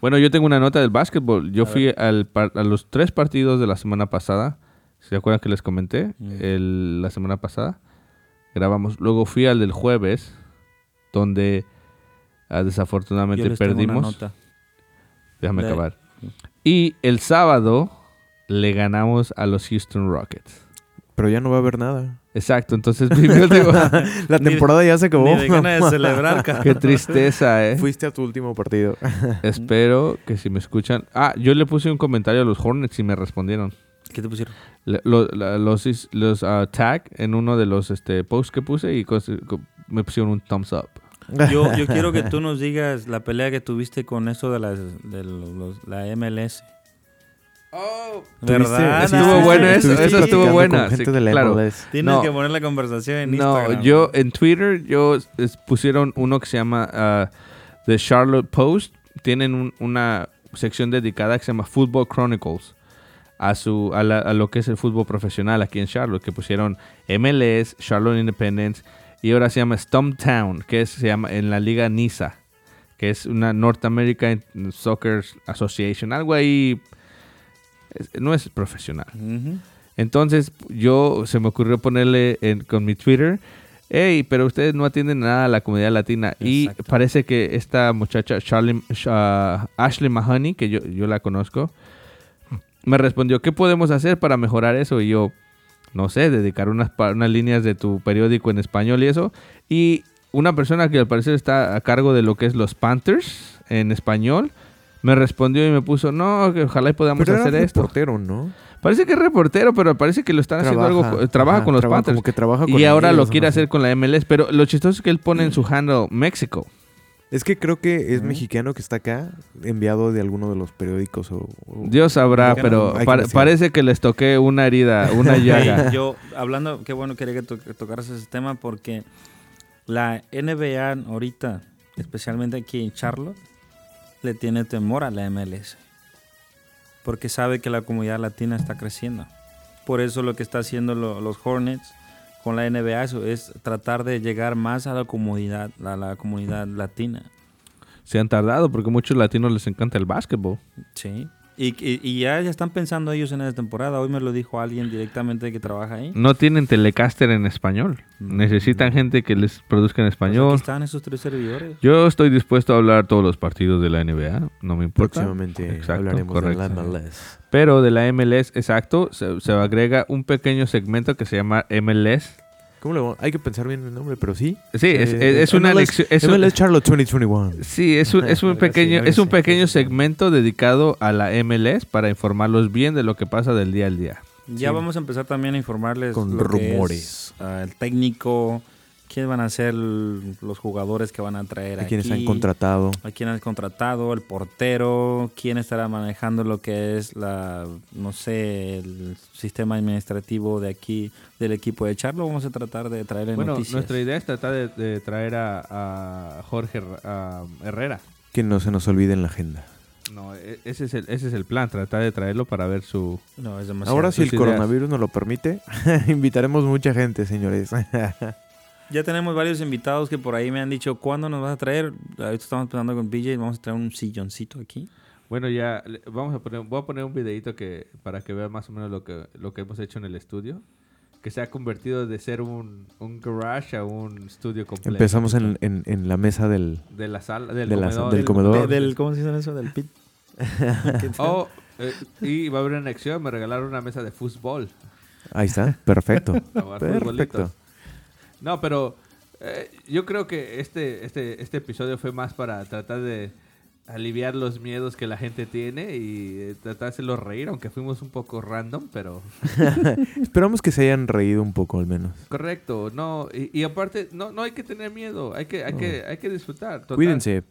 Bueno, yo tengo una nota del básquetbol. Yo fui al par- a los tres partidos de la semana pasada. ¿Se acuerdan que les comenté?
Mm.
El- la semana pasada. Grabamos. Luego fui al del jueves, donde ah,
Yo
desafortunadamente
les tengo una
perdimos.
nota.
Déjame
De-
acabar. Y el sábado le ganamos a los Houston Rockets.
Pero ya no va a haber nada.
Exacto, entonces vivió digo,
La
Ni de-
temporada ya se acabó.
Ni de ganas de celebrar, cara.
qué tristeza, eh.
Fuiste a tu último partido.
Espero que si me escuchan. Ah, yo le puse un comentario a los Hornets y me respondieron.
¿Qué te pusieron?
Le- lo- la- los is- los ah, tag en uno de los este, posts que puse y cos- co- me pusieron un thumbs up.
Yo, yo quiero que tú nos digas la pelea que tuviste con esto de, las, de los- la MLS. ¿Verdad?
Estuvo estuviste- bueno eso,
estuviste
eso estuvo
platicando
buena,
con gente
sí,
de la
claro.
MLS.
Tienes
No.
que poner la conversación en Instagram.
No, yo en Twitter yo es- pusieron uno que se llama ah, The Charlotte Post. Tienen un- una sección dedicada que se llama Football Chronicles a su a, la- a lo que es el fútbol profesional aquí en Charlotte que pusieron MLS, Charlotte Independence y ahora se llama Stumptown que es- se llama en la liga NISA que es una North American Soccer Association algo ahí es- no es profesional.
Ujú.
Entonces yo se me ocurrió ponerle en- con mi Twitter, hey, pero ustedes no atienden nada a la comunidad latina. Y
Exacto.
parece que esta muchacha, Charlie- Sha- Ashley Mahoney, que yo, yo la conozco, me respondió, ¿qué podemos hacer para mejorar eso? Y yo, no sé, dedicar unas, pa- unas líneas de tu periódico en español y eso. Y una persona que al parecer está a cargo de lo que es los Panthers en español, me respondió y me puso, no, que ojalá y podamos
Pero
hacer
era
esto.
portero, ¿no?
Parece que es reportero, pero parece que lo están haciendo algo. eh, Trabaja
ajá,
con los
traba-
Panthers.
Como que trabaja con
y ahora lo
ellos,
quiere
ajá.
hacer con la MLS. Pero lo chistoso es que él pone en su handle México.
Es que creo que es mexicano que está acá, enviado de alguno de los periódicos o... o-
Dios sabrá,
Hay que-
pero
hay que
par-
investigar.
parece que les toqué una herida, una
Ey,
llaga.
yo, hablando, qué bueno quería que, to- que tocaras ese tema porque la NBA ahorita, especialmente aquí en Charlotte, le tiene temor a la MLS. Porque sabe que la comunidad latina está creciendo. Por eso lo que está haciendo lo- los Hornets con la NBA eso es tratar de llegar más a la comunidad, a la comunidad latina.
Se han tardado porque a muchos latinos les encanta el básquetbol.
Sí. Y, y- y ya, ya están pensando ellos en esta temporada. Hoy me lo dijo alguien directamente que trabaja ahí.
No tienen telecaster en español.
Mm.
Necesitan gente que les produzca en
Pues
Aquí
español.
están esos tres servidores.
Yo estoy dispuesto a hablar todos los partidos de la NBA. No me importa.
Próximamente
Exacto,
hablaremos
correcto.
de la MLS.
Pero de la MLS, exacto, se, se agrega un pequeño segmento que se llama MLS.
¿Cómo lo- Hay que pensar bien el nombre, pero sí.
Sí, es- es- es una
una
anexi- es un-
MLS Charlotte 2021.
Sí, es un, es un
Algo así,
pequeño,
algo
es un
así.
pequeño segmento dedicado a la MLS para informarlos bien de lo que pasa del día al día.
Ya vamos a empezar también a informarles
Con
lo que
rumores.
es, ah, el técnico, quién van a ser l- los jugadores que van a traer
A
aquí.
quienes han contratado.
A quién han contratado, el portero, quién estará manejando lo que es la, no sé, el sistema administrativo de aquí, del equipo de Charlo. Vamos a tratar de traerle
Bueno,
noticias.
nuestra idea es tratar de, de traer a, a Jorge Her- a Herrera.
Que no se nos olvide en la agenda.
No, e- ese es, el, ese es el plan, tratar de traerlo para ver su...
No, es demasiado.
Ahora, si el
sus ideas.
coronavirus nos lo permite, invitaremos mucha gente, señores.
Ya tenemos varios invitados que por ahí me han dicho, ¿cuándo nos vas a traer? Ahorita estamos pensando con PJ, vamos a traer un silloncito aquí.
Bueno, ya le- vamos a poner, voy a poner un videito que, para que vean más o menos lo que, lo que hemos hecho en el estudio, que se ha convertido de ser un, un garage a un estudio completo.
Empezamos en, en- en la mesa del...
De la sala, del
de la sa-
comedor.
del comedor.
De- del, ¿Cómo se dice eso? Del pit.
Oh, eh, y va a haber una acción, me regalaron una mesa de fútbol.
Ahí está, perfecto.
a jugar futbolitos.
perfecto.
No, pero eh, yo creo que este, este, este episodio fue más para tratar de aliviar los miedos que la gente tiene y eh, tratar de hacerlos reír, aunque fuimos un poco random, pero
Esperamos que se hayan reído un poco, al menos.
correcto. No, y, y aparte, no, no hay que tener miedo, hay que, hay que, hay que disfrutar. Total,
Cuídense.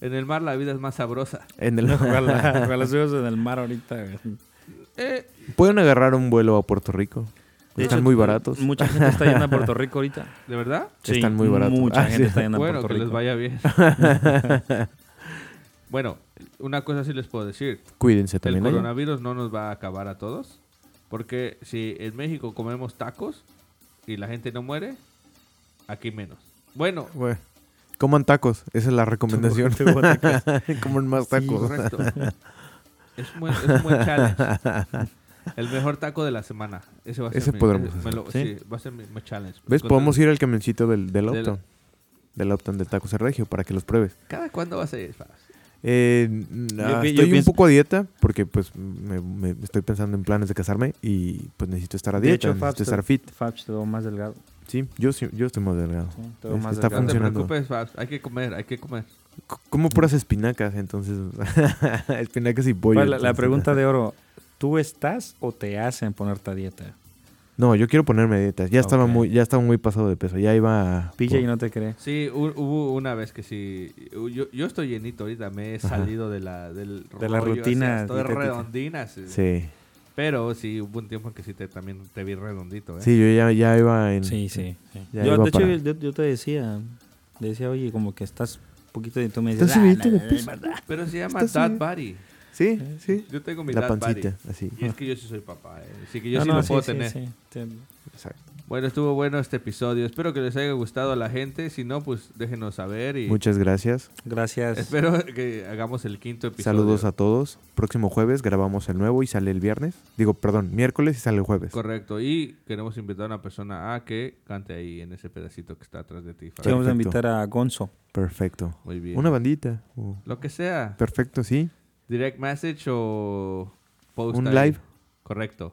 En el mar la vida es más sabrosa.
En el-
Ojalá, ojalá subas en el mar ahorita. güey.
Eh,
Pueden agarrar un vuelo a Puerto Rico.
De
Están muy baratos.
Mucha gente está yendo a Puerto Rico ahorita.
¿De verdad?
Están muy baratos.
Mucha
Ah,
gente
sí.
está yendo a
Bueno, que
Puerto
les
Rico.
vaya bien. bueno, una cosa sí les puedo decir.
Cuídense
El
también. ¿eh? allá.
coronavirus no nos va a acabar a todos. Porque si en México comemos tacos y la gente no muere, aquí menos. Bueno,
Güey, Coman tacos, esa es la recomendación. Coman más tacos.
correcto. es, un buen- es un buen challenge. El mejor taco de la semana. Ese va a ser
Ese
mi,
podremos
ese- me
hacer.
lo-
Sí.
sí, va a ser mi, mi challenge.
¿Ves?
Con-
Podemos ir al camioncito del, del
Del-
Uptown. Del Uptown de Tacos El Regio para que los pruebes.
¿Cada cuándo vas a ir?
Eh, nah,
Yo pi- yo
estoy un
pienso-
poco a dieta porque pues me, me- estoy pensando en planes de casarme y pues necesito estar a
De
dieta,
hecho,
necesito
Fabster-
estar fit.
Fabs te veo más delgado.
Sí, yo, sí- yo estoy más delgado.
Sí, te veo
Es-
más
está
No te
delgado.
funcionando.
preocupes, Fabs. Hay que comer, hay que comer.
C- Como puras espinacas, entonces. espinacas y pollo.
Pues, la, la
entonces-
pregunta de oro, ¿tú estás o te hacen ponerte a dieta?
No, yo quiero ponerme a dieta. Ya estaba
Ok.
muy, ya estaba muy pasado de peso. Ya iba. a-
Pilla y no te cree.
Sí, hu- hubo una vez que sí. Yo, yo estoy llenito ahorita, me he salido de la, del
De la
rollo,
rutina
así, Estoy
dietética.
redondina. sí.
Sí.
Pero sí, hubo un tiempo en que sí te, también te vi redondito. ¿eh?
Sí, yo ya, ya iba en.
Pues. Sí, sí.
Mm. Ya
Yo,
iba
de hecho,
para-
yo, yo te decía, decía, oye, como que estás poquito de... Tú me dices,
¿Estás
"Ah,
subiendo
no,
de
no, no,
peso?
no".
Pero se llama
Estás
Dad
bien.
Body.
Sí,
Eh,
sí.
Yo tengo mi
La
Dad
pancita,
Body.
así.
Y es que yo sí soy papá. ¿eh? Así que yo
No,
sí
no,
lo puedo
sí,
tener.
sí, sí.
Exacto.
Bueno, estuvo bueno este episodio. Espero que les haya gustado a la gente. Si no, pues déjenos saber. y
Muchas gracias.
Gracias.
Espero que hagamos el quinto episodio.
Saludos a todos. Próximo jueves grabamos el nuevo y sale el viernes. Digo, perdón, miércoles y sale el jueves.
Correcto. Y queremos invitar a una persona a que cante ahí en ese pedacito que está atrás de ti. Fabio.
Sí, vamos a
Perfecto.
invitar a Gonzo.
Perfecto.
Muy bien.
Una bandita. o-
Lo que sea.
Perfecto, sí.
Direct message o post.
Un
ahí.
live.
Correcto.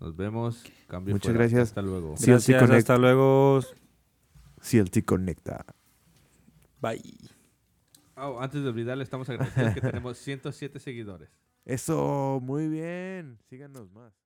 Nos vemos. Cambio
Muchas
fuera.
gracias.
Hasta luego.
Sí, así
Gracias,
conecto.
hasta luego.
CLT Conecta.
Bye.
Oh, antes de olvidarle, estamos agradecidos que tenemos 107 seguidores.
Eso, muy bien. Síganos más.